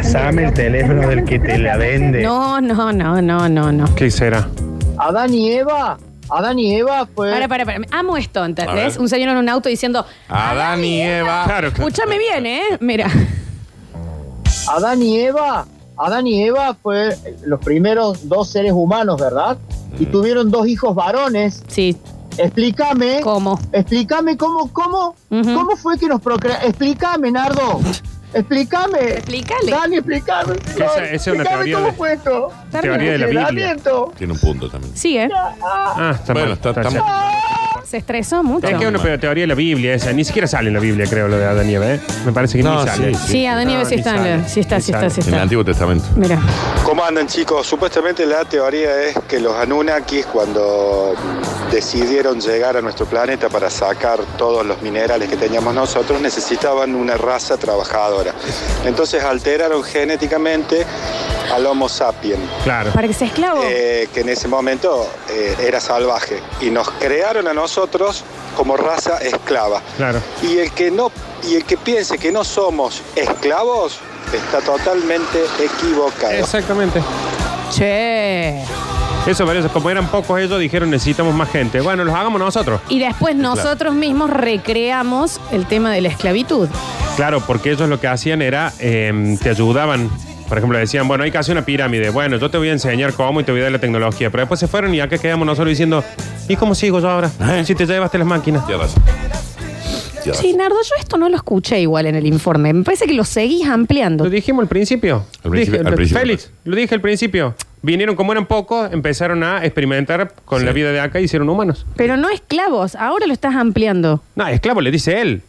Speaker 7: pasame el teléfono del que te la vende.
Speaker 1: No, no, no, no, no, no.
Speaker 3: ¿Qué será?
Speaker 10: Adán y Eva. Adán y Eva fue.
Speaker 1: Para, para, para. Amo esto,
Speaker 2: A
Speaker 1: ¿entendés?
Speaker 2: ver.
Speaker 1: Un señor en un auto diciendo,
Speaker 2: Adán y
Speaker 1: Ah,
Speaker 2: Eva.
Speaker 3: Claro, claro.
Speaker 1: escúchame bien, ¿eh? Mira.
Speaker 10: Adán y Eva. Adán y Eva fue los primeros dos seres humanos, ¿verdad? Y tuvieron dos hijos varones.
Speaker 1: Sí,
Speaker 10: Explícame.
Speaker 1: ¿cómo?
Speaker 10: Explícame cómo, cómo,
Speaker 1: Ujú.
Speaker 10: cómo fue que nos procreamos. Explícame, Nardo. Explícame.
Speaker 1: Explícale.
Speaker 10: Dani, explícame.
Speaker 3: Que esa- esa es una
Speaker 10: explícame
Speaker 3: teoría
Speaker 10: cómo
Speaker 3: de-
Speaker 10: fue esto.
Speaker 3: Teoría de la Biblia.
Speaker 10: Viento.
Speaker 2: Tiene un punto también.
Speaker 1: Sigue.
Speaker 3: Ah, está
Speaker 2: Bueno,
Speaker 3: mal.
Speaker 2: está-
Speaker 3: Está
Speaker 2: está
Speaker 3: mal.
Speaker 1: Se estresó mucho.
Speaker 3: Es que es una teoría de la Biblia esa. Ni siquiera sale en la Biblia, creo, lo de Adán y Eva, ¿eh? Me parece que
Speaker 2: No,
Speaker 3: ni sale.
Speaker 2: sí.
Speaker 1: Sí, Adán y Eva sí
Speaker 3: No, ni
Speaker 1: están.
Speaker 3: sale,
Speaker 1: Sí está,
Speaker 3: ni
Speaker 1: sí está,
Speaker 3: sale.
Speaker 1: sí
Speaker 2: En el
Speaker 1: está.
Speaker 2: Antiguo Testamento.
Speaker 1: Mira.
Speaker 11: ¿Cómo andan chicos? Supuestamente la teoría es que los Anunnakis cuando decidieron llegar a nuestro planeta para sacar todos los minerales que teníamos nosotros necesitaban una raza trabajadora. Entonces alteraron genéticamente al Homo sapiens,
Speaker 3: Claro.
Speaker 1: Para que sea esclavo.
Speaker 11: eh, que en ese momento eh, era salvaje, y nos crearon a nosotros como raza esclava.
Speaker 3: Claro.
Speaker 11: Y el que no y el que piense que no somos esclavos está totalmente equivocado.
Speaker 3: Exactamente.
Speaker 1: Che.
Speaker 3: Eso, pero eso, como eran pocos ellos, dijeron necesitamos más gente. Bueno, los hagamos nosotros.
Speaker 1: Y después
Speaker 3: Claro.
Speaker 1: nosotros mismos recreamos el tema de la esclavitud.
Speaker 3: Claro, porque ellos lo que hacían era, eh, te ayudaban. Por ejemplo, decían, bueno, hay que hacer una pirámide. Bueno, yo te voy a enseñar cómo y te voy a dar la tecnología. Pero después se fueron y acá quedamos nosotros diciendo, ¿y cómo sigo yo ahora?
Speaker 2: ¿Eh?
Speaker 3: Si te llevaste las máquinas.
Speaker 1: Sí, Nardo, yo esto no lo escuché igual en el informe. Me parece que lo seguís ampliando.
Speaker 3: Lo dijimos al principio.
Speaker 2: Al principio-
Speaker 3: Dije-
Speaker 2: al principio.
Speaker 3: Félix, lo dije al principio. Vinieron como eran pocos, empezaron a experimentar con la vida de acá y hicieron humanos.
Speaker 1: Pero no esclavos, ahora lo estás ampliando.
Speaker 3: No, esclavo le dice él.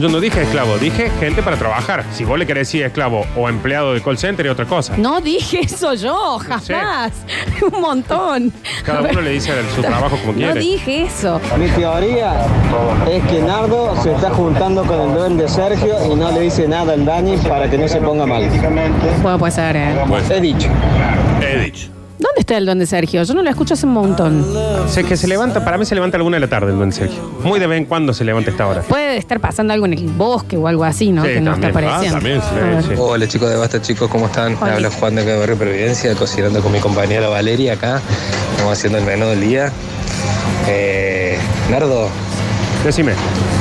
Speaker 3: Yo no dije esclavo, dije gente para trabajar. Si vos le querés decir esclavo o empleado de call center es otra cosa.
Speaker 1: No dije eso yo, jamás. Un montón.
Speaker 3: Cada
Speaker 1: A ver.
Speaker 3: uno le dice su trabajo como
Speaker 1: No
Speaker 3: quiere.
Speaker 1: dije eso.
Speaker 12: Mi teoría es que Nardo se está juntando con el duende Sergio y no le dice nada al Dani para que no se ponga mal.
Speaker 1: Puedo pasar, ¿eh?
Speaker 12: He dicho.
Speaker 2: He dicho.
Speaker 1: ¿Dónde está el don de Sergio? Yo no lo escucho hace un montón.
Speaker 3: Sé que se levanta, para mí se levanta a la una de la tarde el buen Sergio. Muy de vez en cuando se levanta a esta hora.
Speaker 1: Puede estar pasando algo en el bosque o algo así, ¿no?
Speaker 3: Sí,
Speaker 1: que no está
Speaker 3: también.
Speaker 1: apareciendo.
Speaker 3: Ah, también, sí, sí.
Speaker 13: Hola chicos de Basta, chicos, ¿cómo están?
Speaker 1: Hola.
Speaker 13: Habla Juan de acá de Barrio Providencia, cocinando con mi compañera Valeria acá. Estamos haciendo el menú del día. Eh, Nardo.
Speaker 3: Decime.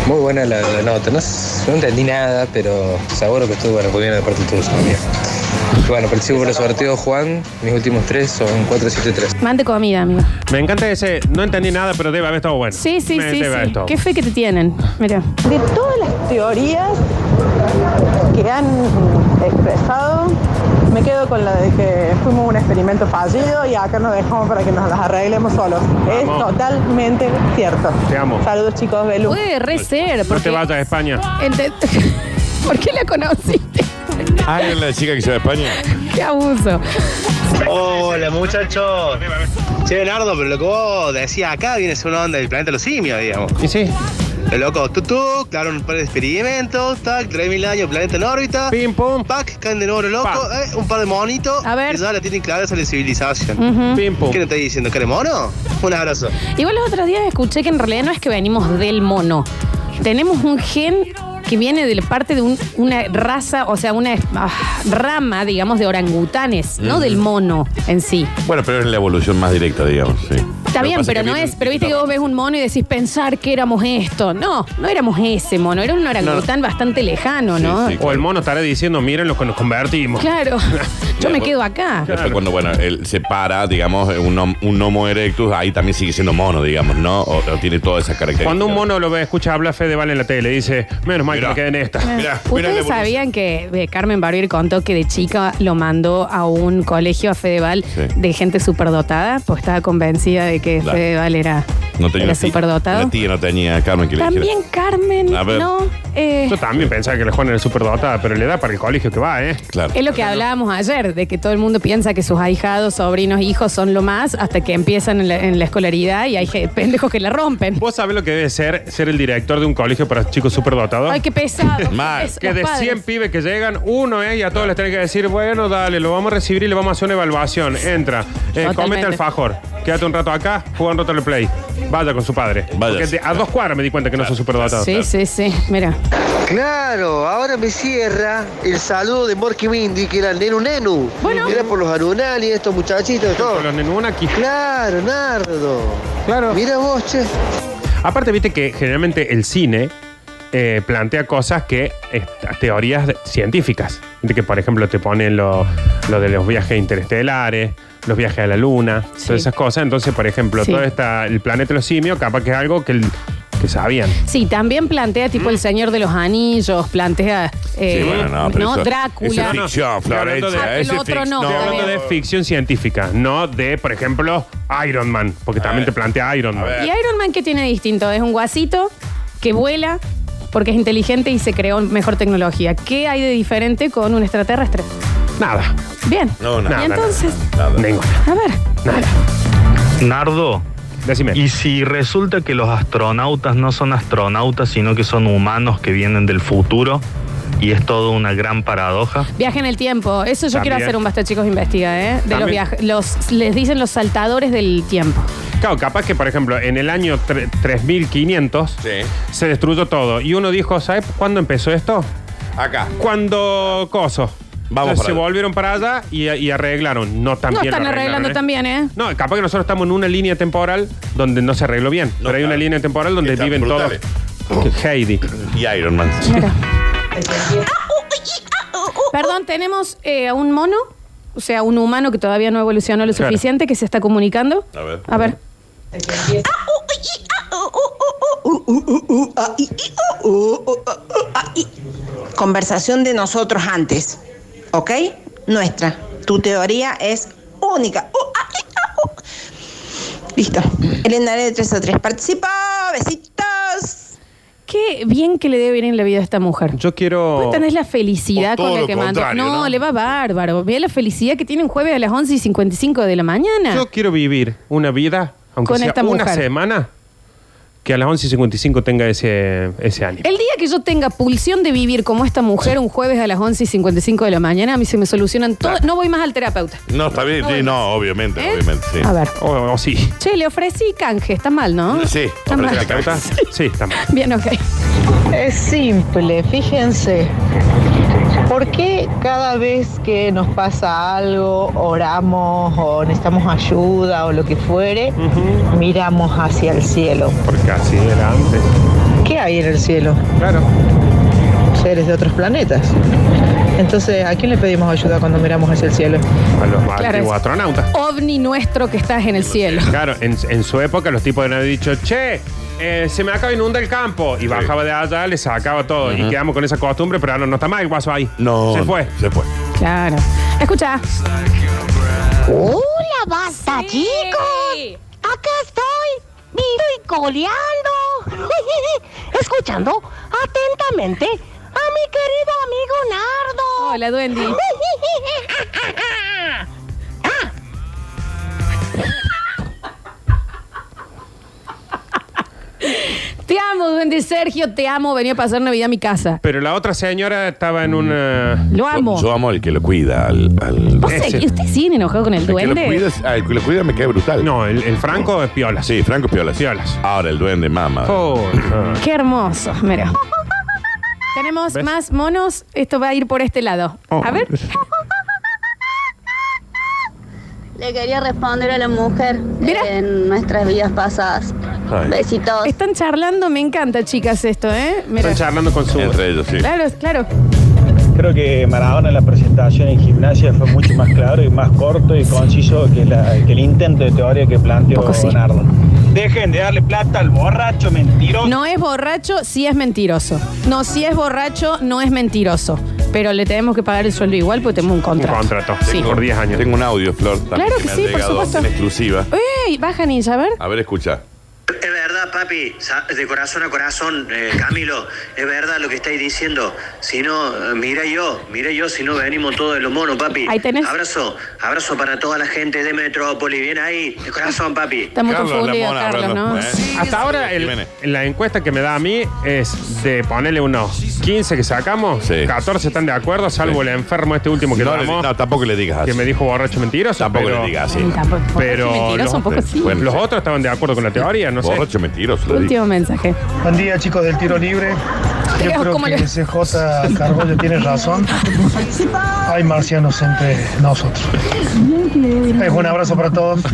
Speaker 13: Muy buena la, la nota. No, s- no entendí nada, pero seguro que estuvo bueno, muy bien de parte tuya también. Y Bueno, participo por el sorteo, Juan. Mis últimos tres son 473.
Speaker 1: Mande comida, amigo.
Speaker 3: Me encanta ese, no entendí nada, pero debe haber estado bueno.
Speaker 1: Sí, sí,
Speaker 3: Me-
Speaker 1: sí.
Speaker 3: debe haber
Speaker 1: sí.
Speaker 3: estado
Speaker 1: Qué fe que te tienen. Mira.
Speaker 14: De todas las teorías que han expresado, me quedo con la de que fuimos un experimento fallido y acá nos dejamos para que nos las arreglemos solos. Es
Speaker 3: Vamos.
Speaker 14: totalmente cierto.
Speaker 3: Te amo.
Speaker 14: Saludos chicos, Belu.
Speaker 1: Puede re ser.
Speaker 3: No te
Speaker 1: Porque,
Speaker 3: vayas a España.
Speaker 1: Ente- ¿Por qué la conociste?
Speaker 2: Ah, es la chica que se va a España.
Speaker 1: Qué abuso.
Speaker 15: Hola muchachos. Che, Leonardo, pero lo que vos decías acá viene a ser una onda del planeta de los simios, digamos.
Speaker 3: Y sí.
Speaker 15: El loco, tú, tú, claro, un par de experimentos, tac, 3.000 años, planeta en órbita.
Speaker 3: Pim, pum.
Speaker 15: Pac, caen de nuevo los locos, eh, un par de monitos. A ver. Y ya la tienen clara esa la civilización.
Speaker 1: Ujú.
Speaker 3: Pim, pum.
Speaker 15: ¿Qué le estás diciendo? ¿Que eres mono? Un abrazo.
Speaker 1: Igual los otros días escuché que en realidad no es que venimos del mono. Tenemos un gen que viene de la parte de un- una raza, o sea, una ah, rama, digamos, de orangutanes, no
Speaker 2: Ujú.
Speaker 1: del mono en sí.
Speaker 2: Bueno, pero es la evolución más directa, digamos. sí.
Speaker 1: Está
Speaker 2: Lo que
Speaker 1: bien,
Speaker 2: pasa
Speaker 1: pero
Speaker 2: que
Speaker 1: no
Speaker 2: vienen-
Speaker 1: es. Pero viste que vos ves un mono y decís pensar que éramos esto. No, no éramos ese mono. Era un orangután bastante lejano, ¿no?
Speaker 3: O el mono estará diciendo, miren lo que nos convertimos.
Speaker 1: Claro. Yo me quedo acá.
Speaker 2: Después cuando, bueno, él se para, digamos, un, hom- un homo erectus, ahí también sigue siendo mono, digamos, ¿no? O, o tiene todas esas características.
Speaker 3: Cuando un mono lo ve, escucha habla Fedeval en la tele, dice, menos mal que me quedé en esta.
Speaker 1: ¿Ustedes sabían que eh, Carmen Barbier contó que de chica lo mandó a un colegio a Fedeval
Speaker 2: Sí.
Speaker 1: de gente superdotada? Porque estaba convencida de que
Speaker 2: Claro.
Speaker 1: Fedeval era,
Speaker 2: No tenía
Speaker 1: era
Speaker 2: una tía-
Speaker 1: superdotado.
Speaker 2: Una tía no tenía, Carmen, que le dijera.
Speaker 1: También Carmen,
Speaker 2: A ver.
Speaker 1: no. eh,
Speaker 3: Yo también pensaba que la Juana era superdotada, pero le da para el colegio que va, ¿eh?
Speaker 2: Claro.
Speaker 1: es lo que hablábamos ayer, de que todo el mundo piensa que sus ahijados, sobrinos, hijos son lo más hasta que empiezan en la, en la escolaridad y hay je- pendejos que la rompen.
Speaker 3: ¿Vos sabés lo que debe ser ser el director de un colegio para chicos superdotados?
Speaker 1: Ay, qué pesado.
Speaker 3: Mal.
Speaker 1: Es-
Speaker 3: Que
Speaker 1: los
Speaker 3: de
Speaker 1: padres.
Speaker 3: 100 pibes que llegan, uno es y a todos les tienen que decir, bueno, dale, lo vamos a recibir y le vamos a hacer una evaluación. Entra, eh,
Speaker 1: Totalmente.
Speaker 3: comete alfajor, quédate un rato acá, juega un rato al play. Vaya con su padre. Porque de- a dos cuadras me di cuenta que no soy superdotado.
Speaker 1: Sí, sí, sí. Mira.
Speaker 15: Claro, ahora me cierra el saludo de Morky Mindy, que era el Nenu Nenu.
Speaker 1: Bueno.
Speaker 15: Era por los Arunali, estos muchachitos, todo. Por los
Speaker 3: Nenunaki.
Speaker 15: Claro, Nardo.
Speaker 3: Claro.
Speaker 15: Mira vos, che.
Speaker 3: Aparte, viste que generalmente el cine eh, plantea cosas que, eh, teorías de- científicas. Viste que, por ejemplo, te ponen lo, lo de los viajes interestelares, los viajes a la luna, todas esas cosas. Entonces, por ejemplo,
Speaker 1: Sí.
Speaker 3: todo esta, el planeta de los simios, capaz que es algo que, el- que sabían.
Speaker 1: Sí, también plantea tipo el Señor de los Anillos, plantea eh, ¿no? Drácula.
Speaker 3: Estoy hablando de-
Speaker 1: Ah, el otro no.
Speaker 3: Estoy hablando
Speaker 1: también.
Speaker 3: de ficción científica, no de, por ejemplo, Iron Man, porque también te plantea Iron Man.
Speaker 1: ¿Y Iron Man qué tiene distinto? Es un guasito que vuela porque es inteligente y se creó mejor tecnología. ¿Qué hay de diferente con un extraterrestre?
Speaker 3: Nada.
Speaker 1: Bien.
Speaker 3: No, nada,
Speaker 1: Y
Speaker 3: nada,
Speaker 1: entonces,
Speaker 3: Ninguna.
Speaker 1: a ver,
Speaker 16: Nardo. Y si resulta que los astronautas no son astronautas, sino que son humanos que vienen del futuro, y es todo una gran paradoja.
Speaker 1: viaje en el tiempo. Eso yo
Speaker 16: También.
Speaker 1: quiero hacer un basta, chicos, investiga, ¿eh? De los
Speaker 3: También.
Speaker 1: viajes. Los, les dicen los saltadores del tiempo.
Speaker 3: Claro, capaz que, por ejemplo, en el año tre- 3500 se destruyó todo. Y uno dijo, ¿sabes cuándo empezó esto?
Speaker 2: Acá.
Speaker 3: Cuando Coso.
Speaker 2: Vamos para
Speaker 3: Entonces se
Speaker 2: allá.
Speaker 3: volvieron para allá y, y arreglaron. No tan
Speaker 1: no
Speaker 3: bien lo
Speaker 1: están
Speaker 3: arreglaron,
Speaker 1: arreglando
Speaker 3: ¿eh?
Speaker 1: también, ¿eh?
Speaker 3: No, capaz que nosotros estamos en una línea temporal donde no se arregló bien. pero hay una línea temporal donde viven
Speaker 2: brutales.
Speaker 3: todos. Heidi.
Speaker 2: Y Iron Man.
Speaker 1: Perdón, tenemos eh, a un mono, o sea, un humano que todavía no evolucionó lo
Speaker 3: Claro.
Speaker 1: suficiente, que se está comunicando.
Speaker 2: A ver.
Speaker 1: A ver.
Speaker 11: Conversación de nosotros antes, ¿ok? Nuestra. Tu teoría es única. Uh, ah, ih, ah, uh. Listo. Elena de 3 a 3 participa. Besitos.
Speaker 1: Qué bien que le debe ir en la vida a esta mujer.
Speaker 3: Yo quiero.
Speaker 1: Vos Pues tenés la felicidad
Speaker 3: Todo
Speaker 1: con la
Speaker 3: lo
Speaker 1: que manda.
Speaker 3: contrario,
Speaker 1: No,
Speaker 3: ¿no?
Speaker 1: le va bárbaro. Ve la felicidad que tiene un jueves a las 11 y 55 de la mañana.
Speaker 3: Yo quiero vivir una vida, aunque
Speaker 1: Con
Speaker 3: sea
Speaker 1: esta
Speaker 3: una
Speaker 1: mujer.
Speaker 3: semana, que a las 11.55 tenga ese, ese ánimo.
Speaker 1: El día que yo tenga pulsión de vivir como esta mujer un jueves a las 11 y 55 de la mañana, a mí se me solucionan todo. No voy más al terapeuta.
Speaker 2: No, está bien. Sí, no, obviamente,
Speaker 1: Ah, ¿Eh?
Speaker 2: obviamente. Sí.
Speaker 1: A ver.
Speaker 3: O, o sí.
Speaker 1: Che, le ofrecí canje. Está mal, ¿no?
Speaker 2: Sí,
Speaker 1: Está mal.
Speaker 2: ofrece la carta.
Speaker 3: Sí, está mal.
Speaker 1: Bien, ok.
Speaker 5: Es simple, fíjense. ¿Por qué cada vez que nos pasa algo, oramos o necesitamos ayuda o lo que fuere, miramos hacia el cielo?
Speaker 3: Porque así era antes.
Speaker 5: ¿Qué hay en el cielo?
Speaker 3: Claro.
Speaker 5: Seres de otros planetas. Entonces, ¿a quién le pedimos ayuda cuando miramos hacia el cielo?
Speaker 3: A los
Speaker 1: Claro,
Speaker 3: antiguos
Speaker 1: es-
Speaker 3: astronautas.
Speaker 1: Ovni nuestro que estás en el cielo.
Speaker 3: Claro, en, en su época los tipos habían dicho, che, eh, se me acaba de inundar el campo. Y bajaba de allá, le sacaba todo. Y quedamos con esa costumbre, pero ahora no está más el guaso ahí. No. Se fue.
Speaker 2: Se fue.
Speaker 1: Claro. Escucha.
Speaker 17: ¡Hola, basta, chicos! Acá estoy, vivo y coleando, escuchando atentamente a mi querido amigo Nardo.
Speaker 1: Hola, Duendi. Te amo, Duende Sergio, te amo. Venía a pasar Navidad a mi casa.
Speaker 3: Pero la otra señora estaba en una.
Speaker 1: Lo amo.
Speaker 2: Yo amo al que lo cuida, al. al
Speaker 1: ¿Vos seguís- ¿Ustedes siguen enojados con el
Speaker 2: El que, lo
Speaker 1: duende?
Speaker 2: cuida, ah, el que lo cuida me queda brutal.
Speaker 3: No, el, Franco es piola.
Speaker 2: Sí, Franco es piola. Ahora el duende, mamá.
Speaker 3: Oh, no.
Speaker 1: Qué hermoso. Mira. Tenemos
Speaker 2: ¿Ves? Oh,
Speaker 1: más monos. Esto va a ir por este lado. A ver.
Speaker 18: Le quería responder a la mujer en nuestras vidas pasadas.
Speaker 2: Ay.
Speaker 18: Besitos.
Speaker 1: Están charlando. Me encanta, chicas, esto, ¿eh? Mira.
Speaker 3: Están charlando con su.
Speaker 2: Entre ellos, sí.
Speaker 1: Claro, claro.
Speaker 7: Creo que Maradona en la presentación en gimnasia fue mucho más claro y más corto y conciso que, la- que el intento de teoría que planteó Nardo. Dejen de darle plata al borracho, mentiroso.
Speaker 1: No es borracho, sí es mentiroso. No, si es borracho, no es mentiroso. Pero le tenemos que pagar el sueldo igual porque tenemos un contrato.
Speaker 3: contrato.
Speaker 1: Sí.
Speaker 2: Por 10 años. Tengo un audio, Flor. también,
Speaker 1: Claro que
Speaker 2: me ha
Speaker 1: sí, por
Speaker 2: llegado
Speaker 1: supuesto.
Speaker 2: En exclusiva.
Speaker 1: ¡Ey! Bajan y a ver.
Speaker 2: A ver, escucha.
Speaker 19: Es verdad, papi, sa- de corazón a corazón, eh, Camilo, es verdad lo que estáis diciendo. Si no, eh, mira yo, mira yo, si no venimos todos de los monos, papi.
Speaker 1: Ahí tenés.
Speaker 19: Abrazo, abrazo para toda la gente de Metrópoli, bien ahí, de corazón, papi.
Speaker 1: Está muy Carlos, la confundido, mona, Carlos, hablando, ¿no? ¿eh?
Speaker 3: Hasta ahora el- la encuesta que me da a mí es de ponerle unos 15 que sacamos, 14 están de acuerdo, salvo el enfermo este último que
Speaker 2: No le-
Speaker 3: llamó,
Speaker 2: no, tampoco le digas así.
Speaker 3: que me dijo borracho mentiroso.
Speaker 2: Tampoco
Speaker 3: pero-
Speaker 2: le digas así.
Speaker 1: Tampoco- borracho
Speaker 3: Pero
Speaker 1: mentiroso,
Speaker 3: los,
Speaker 1: un poco sí.
Speaker 3: bueno, los otros estaban de acuerdo con la teoría, no sé.
Speaker 2: Borracho mentiroso. le digo.
Speaker 1: Último mensaje.
Speaker 7: Buen día, chicos del tiro libre. Yo
Speaker 1: Creo
Speaker 7: creo
Speaker 1: como
Speaker 7: que
Speaker 1: le-
Speaker 7: CJ Carballo tiene razón. Hay marcianos entre nosotros. Es Eh, un abrazo para todos.